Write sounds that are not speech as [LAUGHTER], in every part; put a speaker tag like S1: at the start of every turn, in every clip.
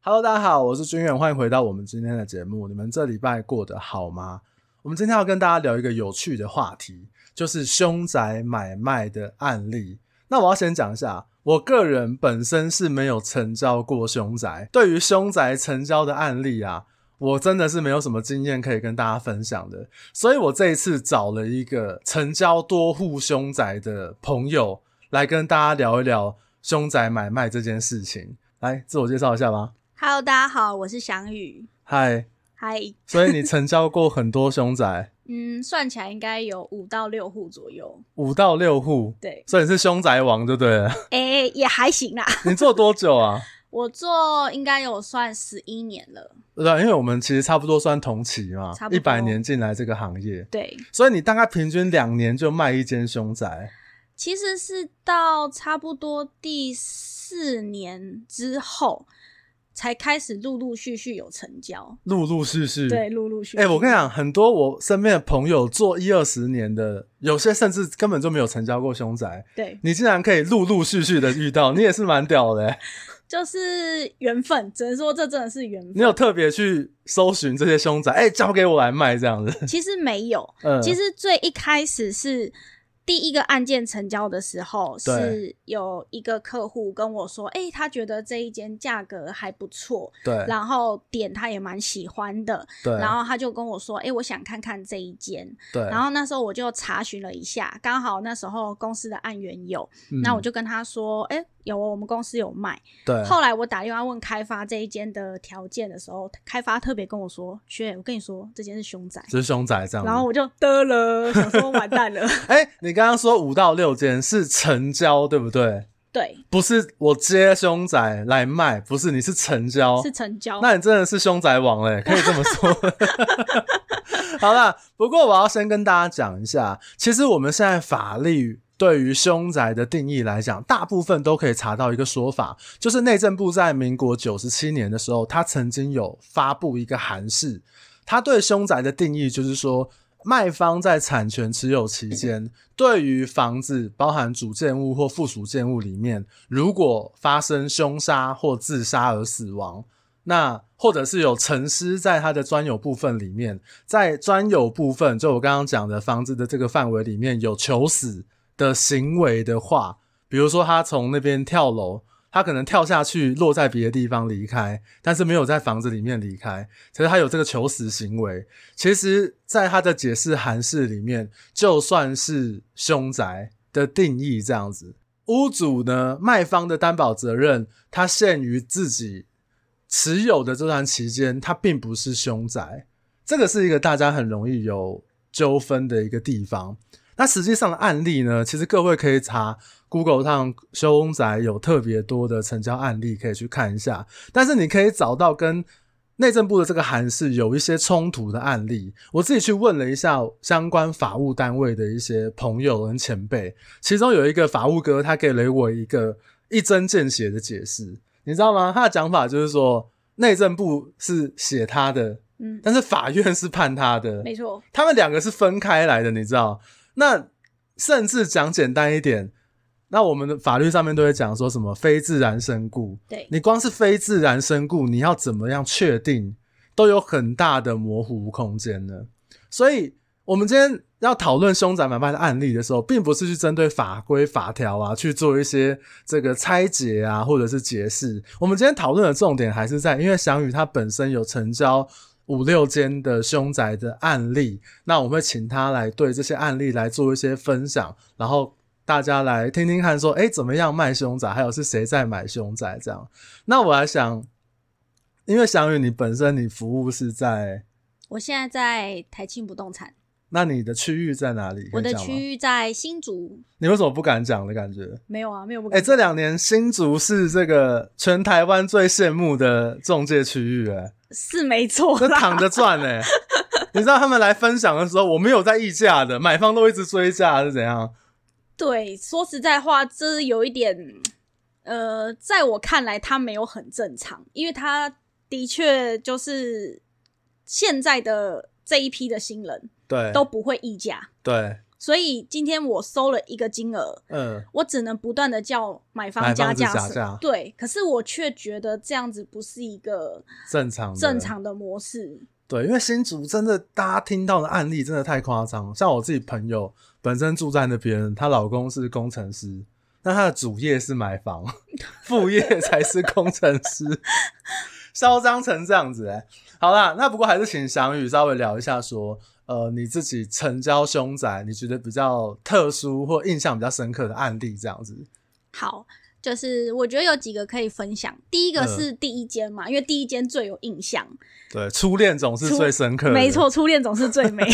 S1: Hello，大家好，我是君远，欢迎回到我们今天的节目。你们这礼拜过得好吗？我们今天要跟大家聊一个有趣的话题，就是凶宅买卖的案例。那我要先讲一下，我个人本身是没有成交过凶宅，对于凶宅成交的案例啊，我真的是没有什么经验可以跟大家分享的。所以我这一次找了一个成交多户凶宅的朋友来跟大家聊一聊凶宅买卖这件事情。来，自我介绍一下吧。
S2: Hello，大家好，我是翔宇。
S1: 嗨，
S2: 嗨，
S1: 所以你成交过很多凶宅， [LAUGHS]
S2: 嗯，算起来应该有五到六户左右。
S1: 五到六户，
S2: 对，
S1: 所以你是凶宅王就
S2: [LAUGHS]
S1: 对了。
S2: 哎、也还行啦。
S1: 你做多久啊？
S2: 我做应该有算十一年了。
S1: 对啊，因为我们其实差不多算同期嘛
S2: 差，不
S1: 一
S2: 多
S1: 百年进来这个行业，
S2: 对，
S1: 所以你大概平均两年就卖一间凶宅。
S2: 其实是到差不多第四年之后，才开始陆陆续续有成交。
S1: 陆陆续续。
S2: 对，，陆陆续续。
S1: 哎、我跟你，讲，很多我身边的朋友做一二十年的，有些甚至根本就没有成交过凶宅，
S2: 对，
S1: 你竟然可以陆陆续续的遇到，你也是蛮屌的、欸。
S2: 就是缘分，只能说这真的是缘
S1: 你
S2: 分。
S1: 有特别去搜寻这些凶宅，哎、交给我来卖这样子。
S2: 其实没有，
S1: 嗯，
S2: 其实最一开始是第一个案件成交的时候，
S1: 对
S2: 是有一个客户跟我说，诶，他觉得这一间价格还不错，
S1: 对
S2: 然后点他也蛮喜欢的，
S1: 对，
S2: 然后他就跟我说，诶，我想看看这一间，
S1: 对，
S2: 然后那时候我就查询了一下，刚好那时候公司的案源有，
S1: 嗯
S2: 那我就跟他说，诶，有哦我们公司有卖，
S1: 对，
S2: 后来我打电话问开发这一间的条件的时候，开发特别跟我说，学姐，我跟你说，这间是凶宅。
S1: 就是凶宅这样子。
S2: 然后我就得了，想说完蛋了。 [LAUGHS]
S1: 哎、你刚刚说五到六间是成交，对不对？
S2: 对，
S1: 不是我接凶宅来卖，不是，你是成交，
S2: 是成交。
S1: 哦那你真的是凶宅王嘞，可以这么说。 [LAUGHS] 好啦，不过我要先跟大家讲一下，其实我们现在法律对于凶宅的定义来讲，大部分都可以查到一个说法，就是内政部在民国九十七年的时候，他曾经有发布一个函释，他对凶宅的定义就是说。卖方在产权持有期间，对于房子包含主建物或附属建物里面，如果发生凶杀或自杀而死亡，那或者是有沉尸在它的专有部分里面，在专有部分，就我刚刚讲的房子的这个范围里面有求死的行为的话，比如说他从那边跳楼，他可能跳下去落在别的地方离开，但是没有在房子里面离开，可是他有这个求死行为，其实在他的解释函释里面，就算是凶宅的定义这样子。屋主呢，卖方的担保责任，它限于自己持有的这段期间，它并不是凶宅，这个是一个大家很容易有纠纷的一个地方。那实际上的案例呢，其实各位可以查 Google 上凶宅有特别多的成交案例，可以去看一下。但是你可以找到跟内政部的这个函是有一些冲突的案例。我自己去问了一下相关法务单位的一些朋友跟前辈，其中有一个法务哥，他给了我一个一针见血的解释，你知道吗？他的讲法就是说，内政部是写他的，
S2: 嗯，
S1: 但是法院是判他的，
S2: 没错，
S1: 他们两个是分开来的，你知道？那甚至讲简单一点，那我们的法律上面都会讲说什么非自然身故，
S2: 对，
S1: 你光是非自然身故，你要怎么样确定，都有很大的模糊空间呢？所以，我们今天要讨论凶宅买卖的案例的时候，并不是去针对法规法条啊去做一些这个拆解啊，或者是解释。我们今天讨论的重点还是在，因为翔宇他本身有成交。五六间的凶宅的案例，那我们会请他来对这些案例来做一些分享，然后大家来听听看，说，哎，怎么样卖凶宅，还有是谁在买凶宅这样。那我还想，因为翔宇你本身你服务是在，
S2: 我现在在台庆不动产，
S1: 那你的区域在哪里？
S2: 我
S1: 可
S2: 的
S1: 以讲吗
S2: 区域在新竹。
S1: 你为什么不敢讲的感觉？
S2: 没有啊，没有不
S1: 哎、
S2: 敢
S1: 这两年新竹是这个全台湾最羡慕的中介区域、哎，
S2: 是没错
S1: 这
S2: 啦。
S1: 躺着赚
S2: [LAUGHS]
S1: 哎。你知道他们来分享的时候，我没有在议价的，买方都一直追价是怎样？
S2: 对，说实在话，这有一点，呃，在我看来，他没有很正常，因为他的确就是现在的这一批的新人
S1: 对，
S2: 都不会议价，
S1: 对，
S2: 所以今天我收了一个金额，
S1: 嗯，
S2: 我只能不断的叫买
S1: 买
S2: 方
S1: 方
S2: 加
S1: 是
S2: 价
S1: 加
S2: 什
S1: 价
S2: 么。对，可是我却觉得这样子不是一个
S1: 正常的
S2: 正常的模式。
S1: 对，因为新竹真的大家听到的案例真的太夸张了，像我自己朋友本身住在那边，她老公是工程师。那她的主业是买房， [LAUGHS] 副业才是工程师，嚣张成这样子哎、好啦，那不过还是请翔宇稍微聊一下说，呃，你自己成交凶宅，你觉得比较特殊或印象比较深刻的案例这样子。
S2: 好，就是我觉得有几个可以分享。第一个
S1: 嗯
S2: 是第一间嘛，因为第一间最有
S1: [LAUGHS]
S2: 印象，
S1: 对，初恋总是
S2: 初
S1: 最深刻的，
S2: 没，
S1: [LAUGHS]
S2: 错，初恋总是最美。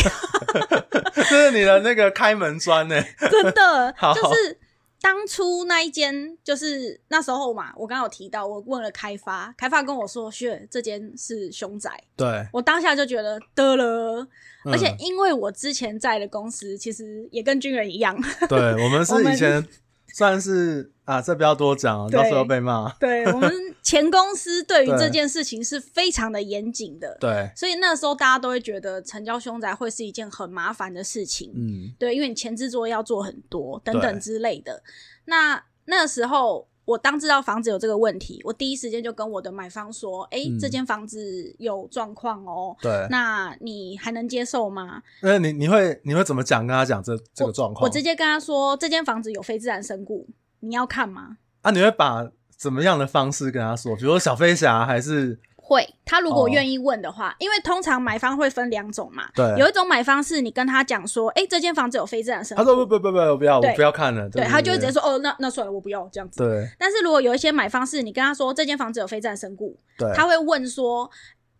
S1: 这是你的那个开门砖欸呢、
S2: 真的
S1: 好，
S2: 就是当初那一间，就是那时候嘛，我刚刚有提到，我问了开发，开发跟我说，雪这间是凶宅，
S1: 对，
S2: 我当下就觉得得了，而且
S1: 嗯
S2: 因为我之前在的公司其实也跟军人一样， [LAUGHS]
S1: 对，我们
S2: 我
S1: 是
S2: 们
S1: 以前算是啊，这不要多讲，
S2: 对
S1: 到时候被骂。
S2: 对我们前公司对于
S1: 对
S2: 这件事情是非常的严谨的，
S1: 对，
S2: 所以那时候大家都会觉得成交凶宅会是一件很麻烦的事情，
S1: 嗯，
S2: 对，因为你前置作业要做很多等
S1: 对
S2: 等之类的。那那时候我当知道房子有这个问题，我第一时间就跟我的买方说：“哎、
S1: 嗯
S2: 这间房子有状况哦，
S1: 对。
S2: 那你还能接受吗
S1: 那你你会你会怎么讲？跟他讲这这个状？”况？
S2: 我直接跟他说：“这间房子有非自然身故，你要看吗
S1: 啊，你会把怎么样的方式跟他说？比如说小飞侠还是？”
S2: 会，他如
S1: 哦
S2: 果愿意问的话，因为通常买方会分两种嘛，
S1: 对？
S2: 有一种买方是你跟他讲说：“哎、这间房子有非自然身故。”
S1: 他说不不不不，我不要，
S2: 对
S1: 我不要看了。
S2: 对，
S1: 对，
S2: 他就会直接说：“哦，那那算了，我不要这样子。”
S1: 对
S2: 但是如果有一些买方是你跟他说这间房子有非战身故，
S1: 对，
S2: 他会问说：“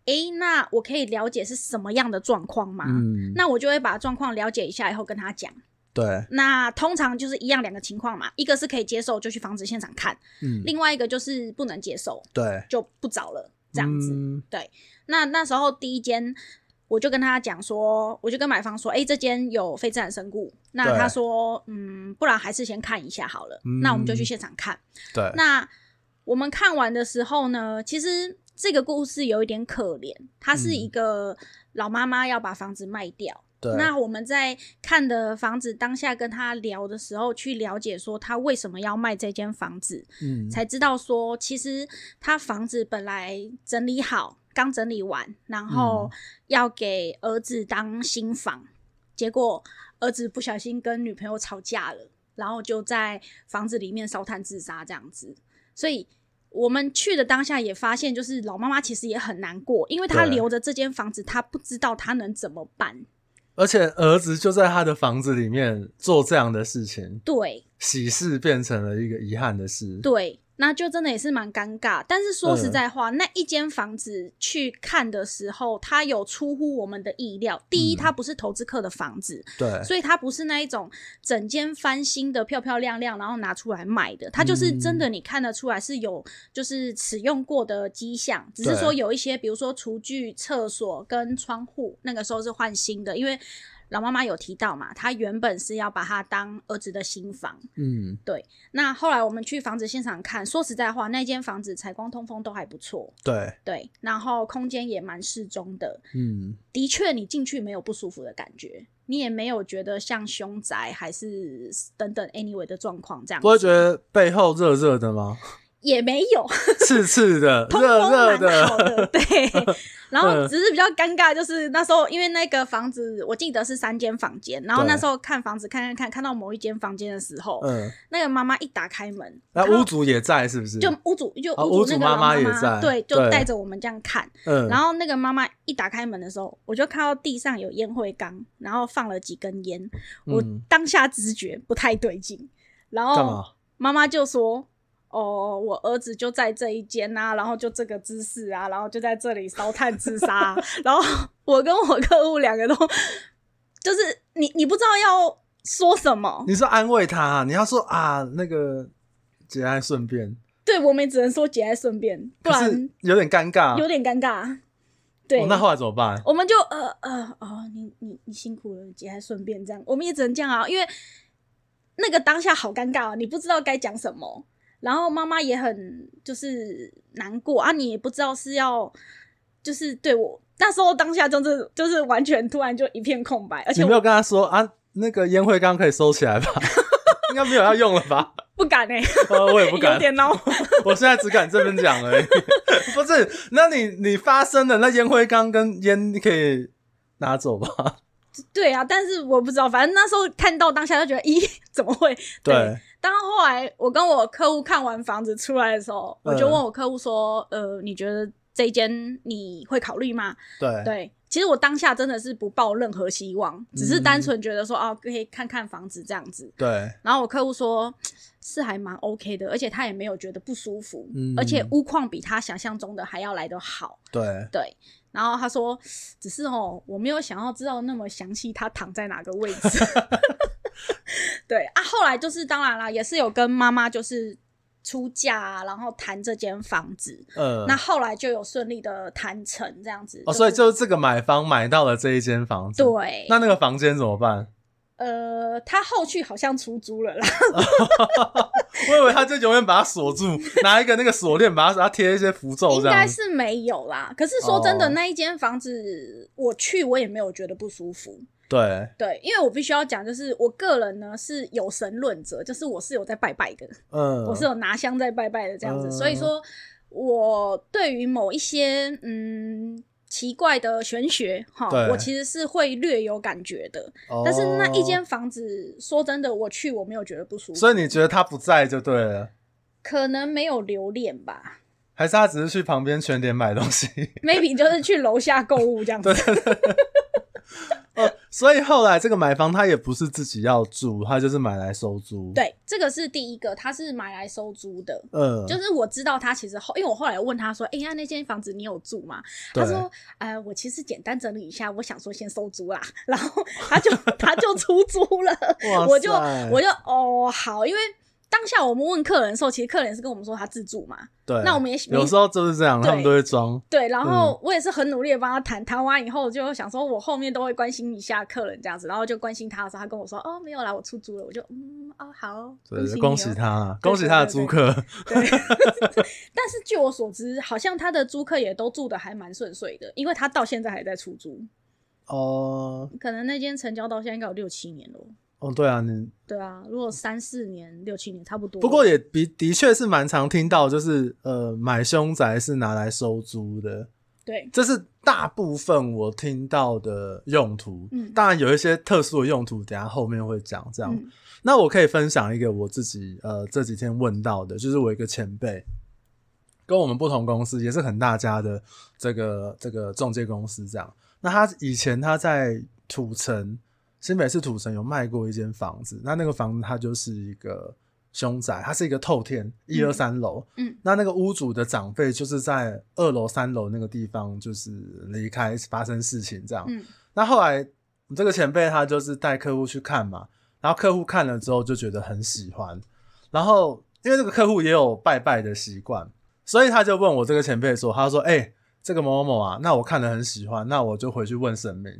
S2: 诶，那我可以了解是什么样的状况吗？”
S1: 嗯，
S2: 那我就会把状况了解一下以后跟他讲。
S1: 对，
S2: 那通常就是一样两个情况嘛，一个是可以接受就去房子现场看，
S1: 嗯，
S2: 另外一个就是不能接受
S1: 对，
S2: 就不找了这样子。
S1: 嗯
S2: 那那时候第一间。我就跟他讲说，我就跟买方说，诶，这间有非自然身故。那
S1: 对
S2: 他说，嗯，不然还是先看一下好了。那我们就去
S1: 嗯
S2: 现场看。
S1: 对，
S2: 那我们看完的时候呢，其实这个故事有一点可怜，它
S1: 嗯
S2: 是一个老妈妈要把房子卖掉。
S1: 对，
S2: 那我们在看的房子当下跟她聊的时候，去了解说她为什么要卖这间房子，
S1: 嗯，
S2: 才知道说其实她房子本来整理好，刚整理完，然后要给儿子当新房，结果儿子不小心跟女朋友吵架了，然后就在房子里面烧炭自杀这样子。所以我们去的当下也发现，就是老妈妈其实也很难过，因为她
S1: 对
S2: 留着这间房子，她不知道她能怎么办。
S1: 而且儿子就在他的房子里面做这样的事情，
S2: 对
S1: 喜事变成了一个遗憾的事。
S2: 对，那就真的也是蛮尴尬。但是说实
S1: 嗯
S2: 在话，那一间房子去看的时候，它有出乎我们的意料。第一，
S1: 嗯哎
S2: 它不是投资客的房子，
S1: 对，
S2: 所以它不是那一种整间翻新的漂漂亮亮，然后拿出来卖的，它就是真
S1: 嗯
S2: 的你看得出来是有就是使用过的迹象，只是说有一些，比如说厨具、厕所跟窗户，那个时候是换新的，因为。老妈妈有提到嘛，她原本是要把它当儿子的新房，
S1: 嗯，
S2: 那后来我们去房子现场看，说实在话，那间房子采光通风都还不错，
S1: 对，
S2: 对，然后空间也蛮适中的，
S1: 嗯，
S2: 的确，你进去没有不舒服的感觉，你也没有觉得像凶宅还是等等 anyway 的状况这样子，
S1: 不会觉得背后热热的
S2: [LAUGHS]
S1: 吗？
S2: 也没有，
S1: 刺刺的，
S2: 通
S1: 热
S2: 风
S1: 热
S2: 蛮好的，
S1: 的， [LAUGHS]
S2: 对。然后
S1: 嗯
S2: 只是比较尴尬，就是那时候因为那个房子，我记得是三间房间，然后
S1: 对
S2: 那时候看房子看看看，看到某一间房间的时候，
S1: 嗯，
S2: 那个妈妈一打开门，
S1: 那
S2: 看到
S1: 屋主也在是不是？
S2: 就屋主就
S1: 啊嗯屋
S2: 屋
S1: 主
S2: 主那个
S1: 妈
S2: 老
S1: 妈
S2: 妈
S1: 也在
S2: 对，就
S1: 对
S2: 带着我们这样看。
S1: 嗯，
S2: 然后那个妈妈一打开门的时候，我就看到地上有烟灰缸，然后放了几根烟，我
S1: 嗯
S2: 当下直觉不太对劲，然
S1: 干
S2: 后
S1: 嘛？
S2: 妈妈就说。哦，我儿子就在这一间呐、然后就这个姿势啊，然后就在这里烧炭自杀啊、 [LAUGHS] 然后我跟我客户两个都，就是你你不知道要说什么，
S1: 你说安慰他，你要说啊，那个节哀顺变，
S2: 对我们也只能说节哀顺变，不
S1: 可
S2: 然
S1: 是有点尴尬。
S2: 有点尴尬。对，
S1: 哦那后来怎么办？
S2: 我们就呃呃哦，你你你辛苦了，姐还顺便这样，我们也只能这样啊，因为那个当下好尴尬啊，你不知道该讲什么，然后妈妈也很就是难过啊，你也不知道是要就是对我那时候当下就是就是完全突然就一片空白，而且
S1: 你没有
S2: 我
S1: 跟他说啊，那个烟灰缸可以收起
S2: [LAUGHS]
S1: 来吧？应该没有要用了吧？
S2: 不敢哎、
S1: 呃，我也不敢
S2: [LAUGHS]
S1: [LAUGHS]
S2: 有，点孬。
S1: 我现在只敢这边讲而
S2: [LAUGHS]
S1: 已。不是，那你你发生的那烟灰缸跟烟，你可以拿走吧？
S2: 对啊，但是我不知道，反正那时候看到当下就觉得，咦，怎么会？对
S1: 对，
S2: 当后来我跟我客户看完房子出来的时候，我就问我客户说：“呃，你觉得这间你会考虑吗
S1: 对？”，
S2: 对，其实我当下真的是不抱任何希望，只是单纯觉得说、啊，可以看看房子这样子。
S1: 对，
S2: 然后我客户说是还蛮 OK 的，而且他也没有觉得不舒服，
S1: 嗯
S2: 而且屋况比他想象中的还要来得好。
S1: 对，
S2: 对，然后他说只是哦，我没有想要知道那么详细他躺在哪个位置。 [LAUGHS] 对啊，后来就是当然啦，也是有跟妈妈就是出价、啊，然后谈这间房子。
S1: 呃
S2: 那，后来就有顺利的谈成这样子。
S1: 哦，所以
S2: 是
S1: 就是这个买方买到了这一间房子，，
S2: 对，
S1: 那那个房间怎么办？
S2: 呃，他后续好像出租了啦。
S1: 我以为他就永远把它锁住，拿一个那个锁链把它把它贴一些符咒
S2: 应
S1: 哦这
S2: 该
S1: 样。
S2: 是没有啦。可是说真的，
S1: 哦
S2: 那一间房子我去，我也没有觉得不舒服。
S1: 对，
S2: 对，因为我必须要讲，就是我个人呢是有神论者，就是我是有在拜拜的，
S1: 嗯，
S2: 我是有拿香在拜拜的这样子。
S1: 嗯
S2: 所以说，我对于某一些嗯奇怪的玄学哈
S1: 对，
S2: 我其实是会略有感觉的。
S1: 哦，
S2: 但是那一间房子，说真的，我去我没有觉得不舒服，
S1: 所以你觉得他不在就对了，
S2: 可能没有留恋吧
S1: 还是他只是去旁边全点买东西？ [LAUGHS]
S2: ，maybe 就是去楼下购物这样子。
S1: 哦，所以后来这个买方他也不是自己要住，他就是买来收租。，
S2: 对，这个是第一个，他是买来收租的。
S1: 嗯，
S2: 就是我知道他其实后，因为我后来问他说：“哎、呀，那间房子你有住吗？”他
S1: 对
S2: 说：“呃，我其实简单整理一下，我想说先收租啦。”然后他就他就出租了，
S1: [LAUGHS] 哇
S2: 我就
S1: 塞
S2: 我就哦好，因为当下我们问客人的时候，其实客人是跟我们说他自住嘛，
S1: 对，
S2: 那我们也没
S1: 有时候嗯就是这样，
S2: 对
S1: 他们都会装。
S2: 对，然后我也是很努力的帮他谈，谈完以后就想说，我后面都会关心一下客人这样子，然后就关心他的时候，他跟我说：“哦，没有啦，我出租了。”我就嗯哦好，
S1: 对，
S2: 喜
S1: 恭
S2: 你
S1: 喜
S2: 哦
S1: 他啊，
S2: 对
S1: 恭喜他的
S2: 对
S1: 租
S2: 对
S1: 客。
S2: 对， [LAUGHS] 但是据我所知，好像他的租客也都住的还蛮顺遂的，因为他到现在还在出租，
S1: 哦，
S2: 可能那间成交到现在应该有六七年了。
S1: 哦，对啊，你
S2: 对啊，如果三四年、六七年差不多。
S1: 不过也比的确是蛮常听到，就是呃，买凶宅是拿来收租的，
S2: 对
S1: 这是大部分我听到的用途。
S2: 嗯
S1: 当然有一些特殊的用途，等一下后面会讲。这样，
S2: 嗯
S1: 那我可以分享一个我自己呃这几天问到的，就是我一个前辈，跟我们不同公司，也是很大家的这个这个中介公司这样。那他以前他在土城新北市土城有卖过一间房子，那那个房子它就是一个凶宅，它是一个透天一二三楼，
S2: 嗯
S1: 那那个屋主的长辈就是在二楼三楼那个地方就是离开发生事情这样，
S2: 嗯
S1: 那后来我这个前辈他就是带客户去看嘛，然后客户看了之后就觉得很喜欢，然后因为这个客户也有拜拜的习惯，所以他就问我这个前辈说，他说：“哎、这个某某某啊，那我看了很喜欢，那我就回去问神明。”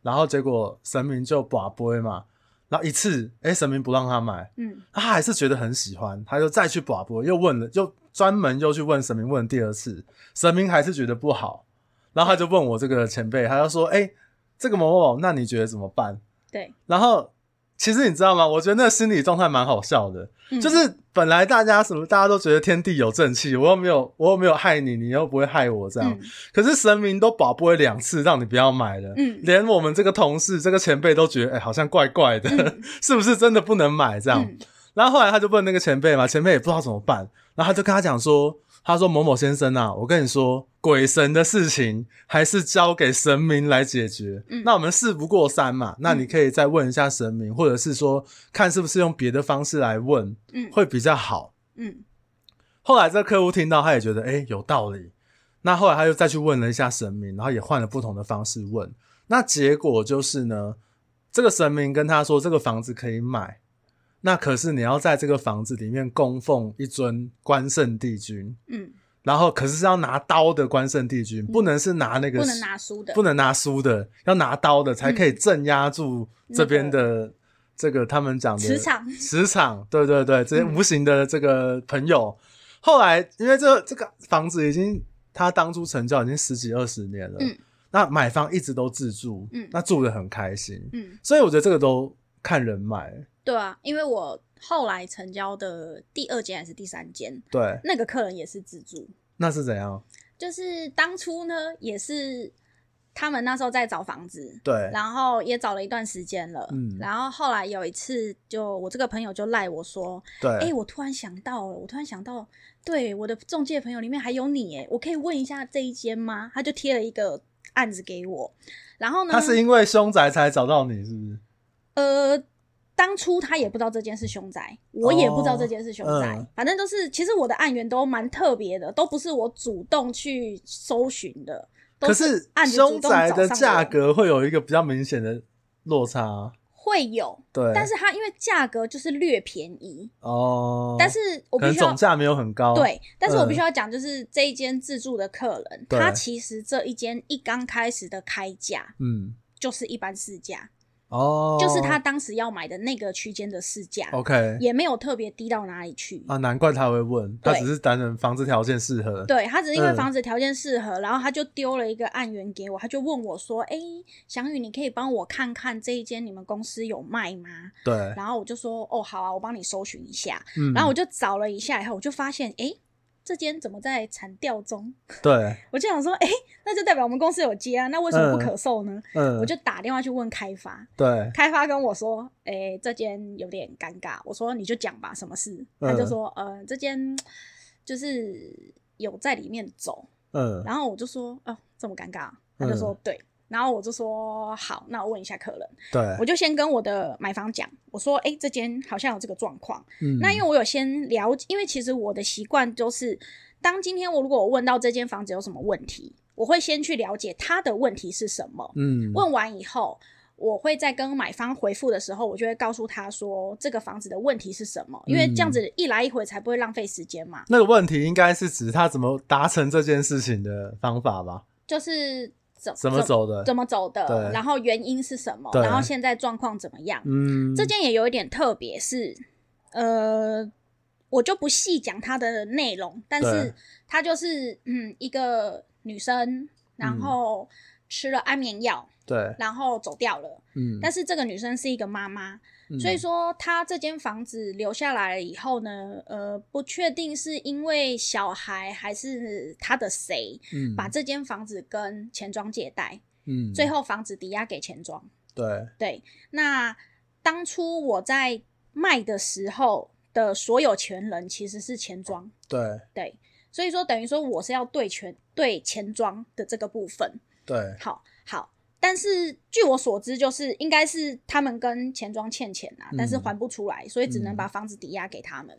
S1: 然后结果神明就把杯嘛，然后一次，哎、神明不让他买，
S2: 嗯
S1: 他还是觉得很喜欢，他就再去把波，又问了，又专门又去问神明问了第二次，神明还是觉得不好，然后他就问我这个前辈，他就说：“哎、这个某某某，那你觉得怎么办
S2: 对，？”
S1: 然后其实你知道吗？我觉得那个心理状态蛮好笑的，
S2: 嗯
S1: 就是本来大家什么大家都觉得天地有正气，我又没有我又没有害你，你又不会害我这样，
S2: 嗯
S1: 可是神明都把播两次让你不要买了，
S2: 嗯
S1: 连我们这个同事这个前辈都觉得哎、好像怪怪的，
S2: 嗯
S1: [LAUGHS] 是不是真的不能买这样？
S2: 嗯
S1: 然后后来他就问那个前辈嘛，前辈也不知道怎么办，然后他就跟他讲说，他说某某先生啊，我跟你说，鬼神的事情还是交给神明来解决。
S2: 嗯
S1: 那我们事不过三嘛，那你可以再问一下神明，或者是说看是不是用别的方式来问
S2: 嗯
S1: 会比较好。
S2: 嗯
S1: 后来这个客户听到，他也觉得哎、诶有道理。那后来他又再去问了一下神明，然后也换了不同的方式问。那结果就是呢，这个神明跟他说这个房子可以买，那可是你要在这个房子里面供奉一尊关圣帝君，
S2: 嗯，
S1: 然后可是是要拿刀的关圣帝君，不能是拿那个
S2: 不能拿书的，嗯
S1: 不能拿书的，要拿刀的才可以镇压住这边的、这个他们讲的
S2: 磁场
S1: 磁场， [LAUGHS] 对对对，这些
S2: 嗯
S1: 无形的这个朋友。后来因为这这个房子已经他当初成交已经十几二十年了，
S2: 嗯
S1: 那买方一直都自住，
S2: 嗯
S1: 那住的很开心，
S2: 嗯
S1: 所以我觉得这个都看人买，
S2: 对啊，因为我后来成交的第二间还是第三间，
S1: 对，
S2: 那个客人也是自住，
S1: 那是怎样？
S2: 就是当初呢也是他们那时候在找房子，
S1: 对，
S2: 然后也找了一段时间了，
S1: 嗯
S2: 然后后来有一次就我这个朋友就赖我说，哎、
S1: 对，
S2: 我突然想到了，我突然想到，对，我的中介朋友里面还有你，哎，我可以问一下这一间吗？他就贴了一个案子给我，然后呢，
S1: 他是因为凶宅才找到你，是不是？
S2: 呃，当初他也不知道这件是凶宅，我也不知道
S1: 哦
S2: 这件是凶宅，
S1: 嗯
S2: 反正都是，其实我的案源都蛮特别的，都不是我主动去搜寻的，都
S1: 可是
S2: 案子主
S1: 凶
S2: 动找
S1: 宅
S2: 上
S1: 的
S2: 我
S1: 价格会有一个比较明显的落差，
S2: 会有，
S1: 对，
S2: 但是它因为价格就是略便宜，
S1: 哦，
S2: 但是我
S1: 可
S2: 必
S1: 能
S2: 须要
S1: 总。价没有很高，，
S2: 对，但是我必须
S1: 嗯
S2: 要讲，就是这一间自住的客人，
S1: 对
S2: 他其实这一间一刚开始的开价
S1: 嗯，
S2: 就是一般市价，
S1: 哦，
S2: 就是他当时要买的那个区间的市价，
S1: OK
S2: 也没有特别低到哪里去。
S1: 啊，难怪他会问，他
S2: 对
S1: 只是单纯房子条件适合，
S2: 对他只是因为
S1: 嗯
S2: 房子条件适合，然后他就丢了一个案源给我，他就问我说：“哎、翔宇，你可以帮我看看这一间你们公司有卖吗
S1: 对，？”
S2: 然后我就说：“哦，好啊，我帮你搜寻一下。
S1: 嗯，
S2: 然后我就找了一下，以后我就发现，哎、这间怎么在产调中？
S1: 对，
S2: 我就想说，哎、那就代表我们公司有接啊，那为什么不可售呢？
S1: 嗯，
S2: 我就打电话去问开发，
S1: 对，
S2: 开发跟我说，哎、这间有点尴尬。我说你就讲吧，什么事？他就
S1: 嗯
S2: 说，呃，这间就是有在里面走。
S1: 嗯，
S2: 然后我就说，哦，这么尴尬啊，他就说、对，然后我就说好，那我问一下客人，
S1: 对
S2: 我，就先跟我的买房讲，我说，哎，这间好像有这个状况，
S1: 嗯
S2: 那因为我有先了解，因为其实我的习惯就是，当今天我如果我问到这间房子有什么问题，我会先去了解他的问题是什么，
S1: 嗯，
S2: 问完以后。我会在跟买方回复的时候，我就会告诉他说这个房子的问题是什么，因为这样
S1: 嗯
S2: 子一来一回才不会浪费时间嘛。
S1: 那个问题应该是指他怎么达成这件事情的方法吧？
S2: 就是怎
S1: 怎么走的？
S2: 怎么走的，
S1: 对
S2: 然后原因是什么，
S1: 对
S2: 然后现在状况怎么样。
S1: 嗯，
S2: 这件也有一点特别，是呃，我就不细讲它的内容，但
S1: 对嗯
S2: 是它就是嗯，一个女生，然后吃了安眠药，
S1: 对，
S2: 然后走掉了。
S1: 嗯，
S2: 但是这个女生是一个妈妈，所以
S1: 嗯
S2: 说她这间房子留下来了以后呢，呃，不确定是因为小孩还是她的谁
S1: 嗯
S2: 把这间房子跟钱庄借贷。
S1: 嗯
S2: 最后房子抵押给钱庄。
S1: 对
S2: 对，那当初我在卖的时候的所有权人其实是钱庄，
S1: 对
S2: 对，所以说等于说我是要对权对钱庄的这个部分。
S1: 对
S2: 好，好，但是据我所知，就是应该是他们跟钱庄欠钱啊，但是
S1: 嗯
S2: 还不出来，所以只能
S1: 嗯
S2: 把房子抵押给他们。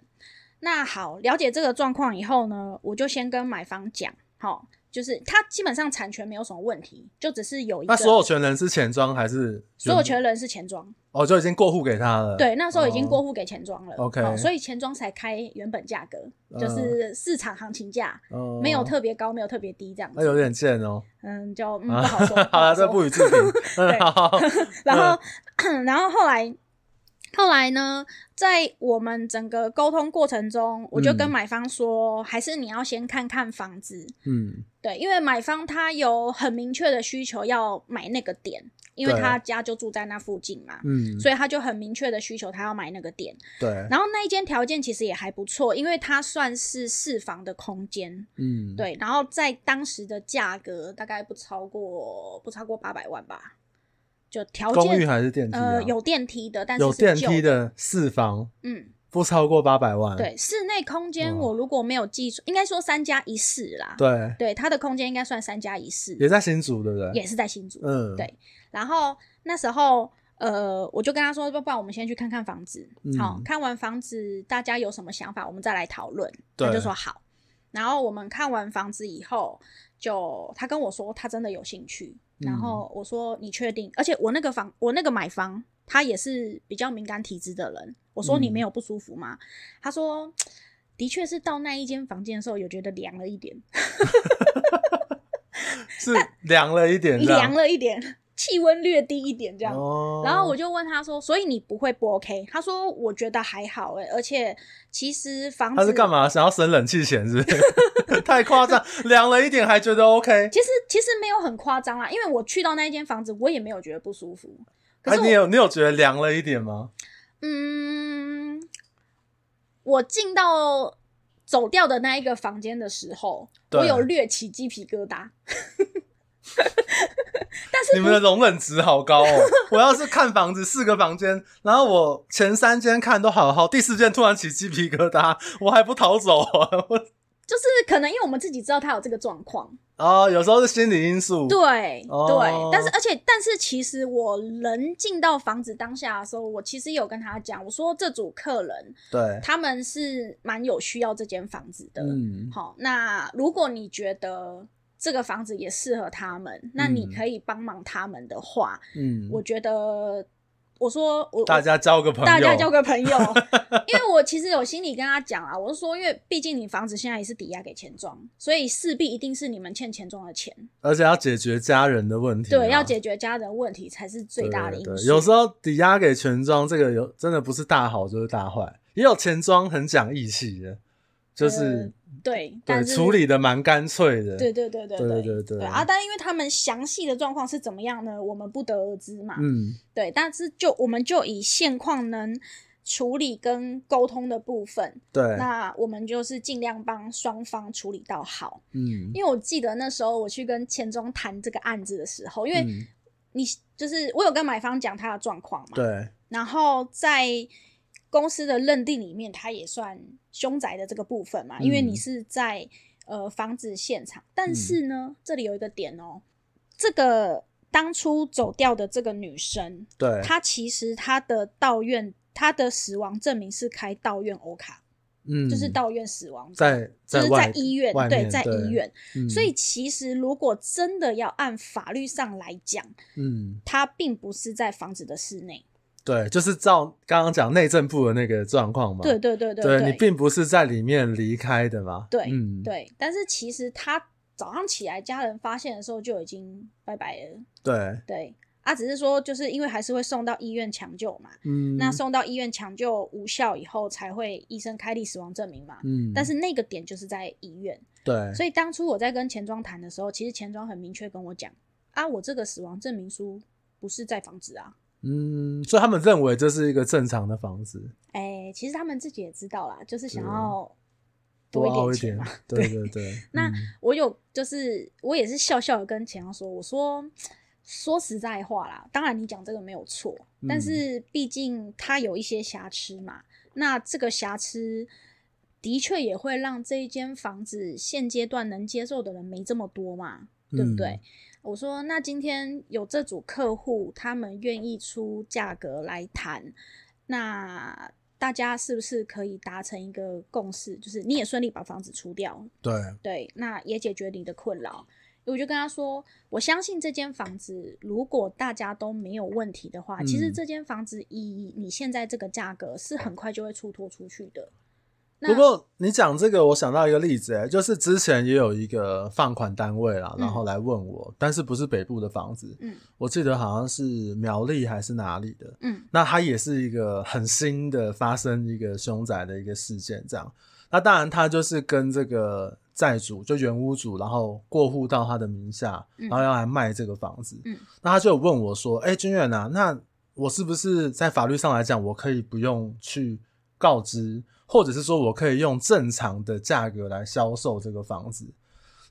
S2: 那好，了解这个状况以后呢，我就先跟买方讲，好，就是他基本上产权没有什么问题，就只是有一个
S1: 那所有权人是钱庄还是
S2: 所有
S1: 原
S2: 权人是钱庄，
S1: 哦，就已经过户给他了。
S2: 对，那时候已经过
S1: 户，
S2: 户给钱庄了、
S1: 哦 OK 嗯
S2: 好所以钱庄才开原本价格，就是市场行情价，
S1: 哦
S2: 没有，特别高，没有特别低这样
S1: 那
S2: 子，
S1: 有点贱哦。 [LAUGHS]
S2: 嗯，就嗯
S1: 啊 [LAUGHS]
S2: 不好说，不
S1: 好了，这
S2: 说
S1: 不予置评。嗯
S2: 对
S1: [LAUGHS] 好，
S2: 然后， [COUGHS] 然后后来，后来呢，在我们整个沟通过程中，我就跟
S1: 嗯
S2: 买方说，还是你要先看看房子，
S1: 嗯，
S2: 对，因为买方他有很明确的需求要买那个点，因为
S1: 对
S2: 他家就住在那附近嘛，
S1: 嗯，
S2: 所以他就很明确的需求他要买那个点。
S1: 对，
S2: 然后那一间条件其实也还不错，因为它算是四房的空间，
S1: 嗯，，
S2: 对。然后在当时的价格大概不超过不超过八百万吧，就条
S1: 公寓
S2: 件
S1: 还是电梯啊？
S2: 哦呃有电梯的，但是
S1: 有
S2: 是
S1: 电
S2: 旧
S1: 梯，的嗯四房，
S2: 嗯，
S1: 不超过八百万。
S2: 对。室内空间
S1: 哇
S2: 我如果没有记错，应该说三加一室啦，
S1: 哦对，
S2: 对，它的空间应该算三加一室，
S1: 也在新竹，对不对？
S2: 也是在新竹。
S1: 嗯，
S2: 对然后那时候。呃，我就跟他说，要不然我们先去看看房子，
S1: 嗯
S2: 好看完房子，大家有什么想法，我们再来讨论。
S1: 对
S2: 他就说好。然后我们看完房子以后，就他跟我说他真的有兴趣，
S1: 嗯
S2: 然后我说你确定？而且我那个房，我那个买房，他也是比较敏感体质的人。我说
S1: 嗯
S2: 你没有不舒服吗？他说的确是到那一间房间的时候，有觉得凉了一点，
S1: 是凉了一点这样，
S2: [LAUGHS] 凉了一点，气温略低一点这样。
S1: 哦。
S2: 然后我就问他说：“所以你不会不 OK？” 他说：“我觉得还好哎、而且其实房子
S1: 他是干嘛？想要省冷气钱是不是？ [LAUGHS] 太夸张，凉了一点还觉得 OK。
S2: 其实其实没有很夸张啦，因为我去到那一间房子，我也没有觉得不舒服。可
S1: 哎、
S2: 是
S1: 你
S2: 我，
S1: 有你有觉得凉了一点吗？
S2: 嗯，我进到走掉的那一个房间的时候，
S1: 对
S2: 我有略起鸡皮疙瘩。
S1: 你们的容忍值好高哦！我要是看房子四个房间，然后我前三间看都好好，第四间突然起鸡皮疙瘩，我还不逃走啊！ [LAUGHS] 我
S2: 就是可能因为我们自己知道他有这个状况，
S1: 哦，有时候是心理因素。
S2: 对、
S1: 哦
S2: 对，但是而且但是其实我人进到房子当下的时候，我其实有跟他讲，我说这组客人
S1: 对，
S2: 他们是蛮有需要这间房子的，
S1: 嗯，
S2: 好，那如果你觉得这个房子也适合他们，那你
S1: 嗯
S2: 可以帮忙他们的话，
S1: 嗯，
S2: 我觉得，我说我
S1: 大
S2: 我
S1: 家交个朋友，
S2: 大家交个
S1: [LAUGHS]
S2: 朋友，因为我其实有心里跟他讲啊，我是说，因为毕竟你房子现在也是抵押给钱庄，所以势必一定是你们欠钱庄的钱，
S1: 而且要解决家人的问题啊、
S2: 对，要解决家人问题才是最大的因
S1: 对对
S2: 素。
S1: 对有时候抵押给全庄，这个有真的不是大好就是大坏，也有钱庄很讲义气的，就是、对
S2: 对，呃但是
S1: 处理的蛮干脆的。
S2: 对。对对
S1: 对
S2: 对
S1: 对
S2: 对
S1: 对对
S2: 啊！但因为他们详细的状况是怎么样呢？我们不得而知嘛。
S1: 嗯，
S2: 对，但是就我们就以现况能处理跟沟通的部分，
S1: 对，
S2: 那我们就是尽量帮双方处理到好。
S1: 嗯，
S2: 因为我记得那时候我去跟钱庄谈这个案子的时候，因为
S1: 嗯
S2: 你就是我有跟买方讲他的状况嘛，
S1: 对，
S2: 然后在公司的认定里面，他也算凶宅的这个部分嘛，因为
S1: 嗯
S2: 你是在呃房子现场。但是呢，这里有一个点哦，这个当初走掉的这个女生，
S1: 对，
S2: 她其实她的到院，她的死亡证明是开到院欧卡，
S1: 嗯，
S2: 就是到院死亡证。
S1: 在
S2: 就
S1: 在
S2: 是
S1: 外
S2: 在医院
S1: 外，
S2: 对，
S1: 面
S2: 在医，院。
S1: 嗯
S2: 所以其实如果真的要按法律上来讲，
S1: 嗯，
S2: 她并不是在房子的室内。
S1: 对，就是照刚刚讲内政部的那个状况嘛，
S2: 对对对对
S1: 你并不是在里面离开的嘛，
S2: 对、
S1: 嗯，
S2: 对，但是其实他早上起来，家人发现的时候就已经拜拜了。
S1: 对，
S2: 对，啊，只是说就是因为还是会送到医院抢救嘛，
S1: 嗯，
S2: 那送到医院抢救无效以后，才会医生开立死亡证明嘛。
S1: 嗯，
S2: 但是那个点就是在医院，
S1: 对，
S2: 所以当初我在跟钱庄谈的时候，其实钱庄很明确跟我讲啊，我这个死亡证明书不是在房子啊。
S1: 嗯，所以他们认为这是一个正常的房子，
S2: 哎、其实他们自己也知道啦，就是想
S1: 对啊
S2: 要多
S1: 多
S2: 一
S1: 凹
S2: 点
S1: 一
S2: 钱
S1: 点
S2: 嘛。，
S1: 对对对，
S2: 那
S1: 嗯
S2: 我有就是我也是笑笑的跟钱阳说，我说说实在话啦，当然你讲这个没有错，但
S1: 嗯
S2: 是毕竟它有一些瑕疵嘛，那这个瑕疵。的确也会让这一间房子现阶段能接受的人没这么多嘛，对不对？
S1: 嗯
S2: 我说，那今天有这组客户，他们愿意出价格来谈，那大家是不是可以达成一个共识？就是你也顺利把房子出掉，
S1: 对，
S2: 对，那也解决你的困扰。我就跟他说，我相信这间房子，如果大家都没有问题的话，其实
S1: 嗯
S2: 这间房子以你现在这个价格是很快就会出脱出去的。那
S1: 不过你讲这个，我想到一个例子、欸，就是之前也有一个放款单位啦，
S2: 嗯
S1: 然后来问我，但是不是北部的房子，
S2: 嗯
S1: 我记得好像是苗栗还是哪里的，
S2: 嗯
S1: 那它也是一个很新的发生一个凶宅的一个事件，这样。那当然，他就是跟这个债主，就原屋主，然后过户到他的名下，
S2: 嗯
S1: 然后要来卖这个房子。
S2: 嗯
S1: 那他就有问我说：“哎、君远啊，那我是不是在法律上来讲，我可以不用去告知，或者是说我可以用正常的价格来销售这个房子？”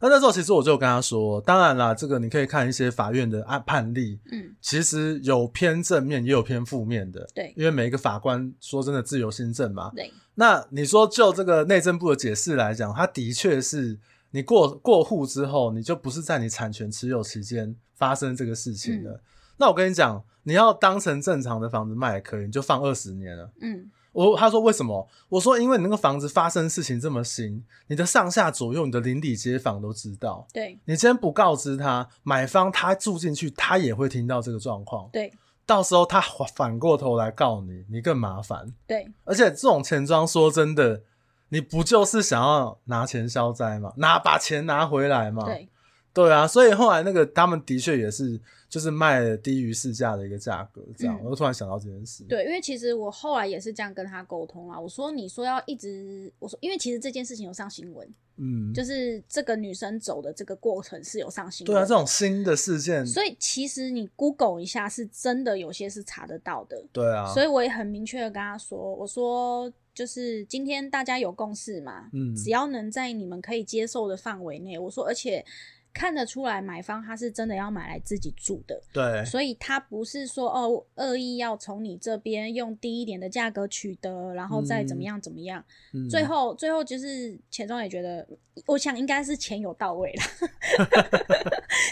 S1: 那那时候其实我就有跟他说，当然啦，这个你可以看一些法院的案判例，
S2: 嗯，
S1: 其实有偏正面也有偏负面的，
S2: 对
S1: 因为每一个法官说真的自由新政嘛。
S2: 对，
S1: 那你说就这个内政部的解释来讲，它的确是你过过户之后，你就不是在你产权持有期间发生这个事情的。那我跟你讲，你要当成正常的房子卖也可以，你就放二十年了。
S2: 嗯
S1: 我他说为什么？我说因为你那个房子发生事情这么新，你的上下左右、你的邻里街坊都知道。
S2: 对
S1: 你今天不告知他，买方他住进去，他也会听到这个状况。
S2: 对
S1: 到时候他反反过头来告你，你更麻烦。
S2: 对
S1: 而且这种钱庄，说真的，你不就是想要拿钱消灾嘛，拿把钱拿回来嘛？
S2: 对，
S1: 对啊，所以后来那个他们的确也是，就是卖了低于市价的一个价格，这样。
S2: 嗯
S1: 我就突然想到这件事。，
S2: 对，因为其实我后来也是这样跟他沟通啦。我说，你说要一直，我说，因为其实这件事情有上新闻，
S1: 嗯，
S2: 就是这个女生走的这个过程是有上新闻。
S1: 对啊，这种新的事件，
S2: 所以其实你 Google 一下，是真的有些是查得到的。
S1: 对啊，
S2: 所以我也很明确的跟他说，我说就是今天大家有共识嘛，
S1: 嗯
S2: 只要能在你们可以接受的范围内，我说，而且看得出来买方他是真的要买来自己住的，
S1: 对，
S2: 所以他不是说哦恶意要从你这边用低一点的价格取得，然后再怎么
S1: 嗯
S2: 样怎么样，
S1: 嗯
S2: 最后最后就是钱庄也觉得，我想应该是钱有
S1: [LAUGHS]
S2: 到位啦，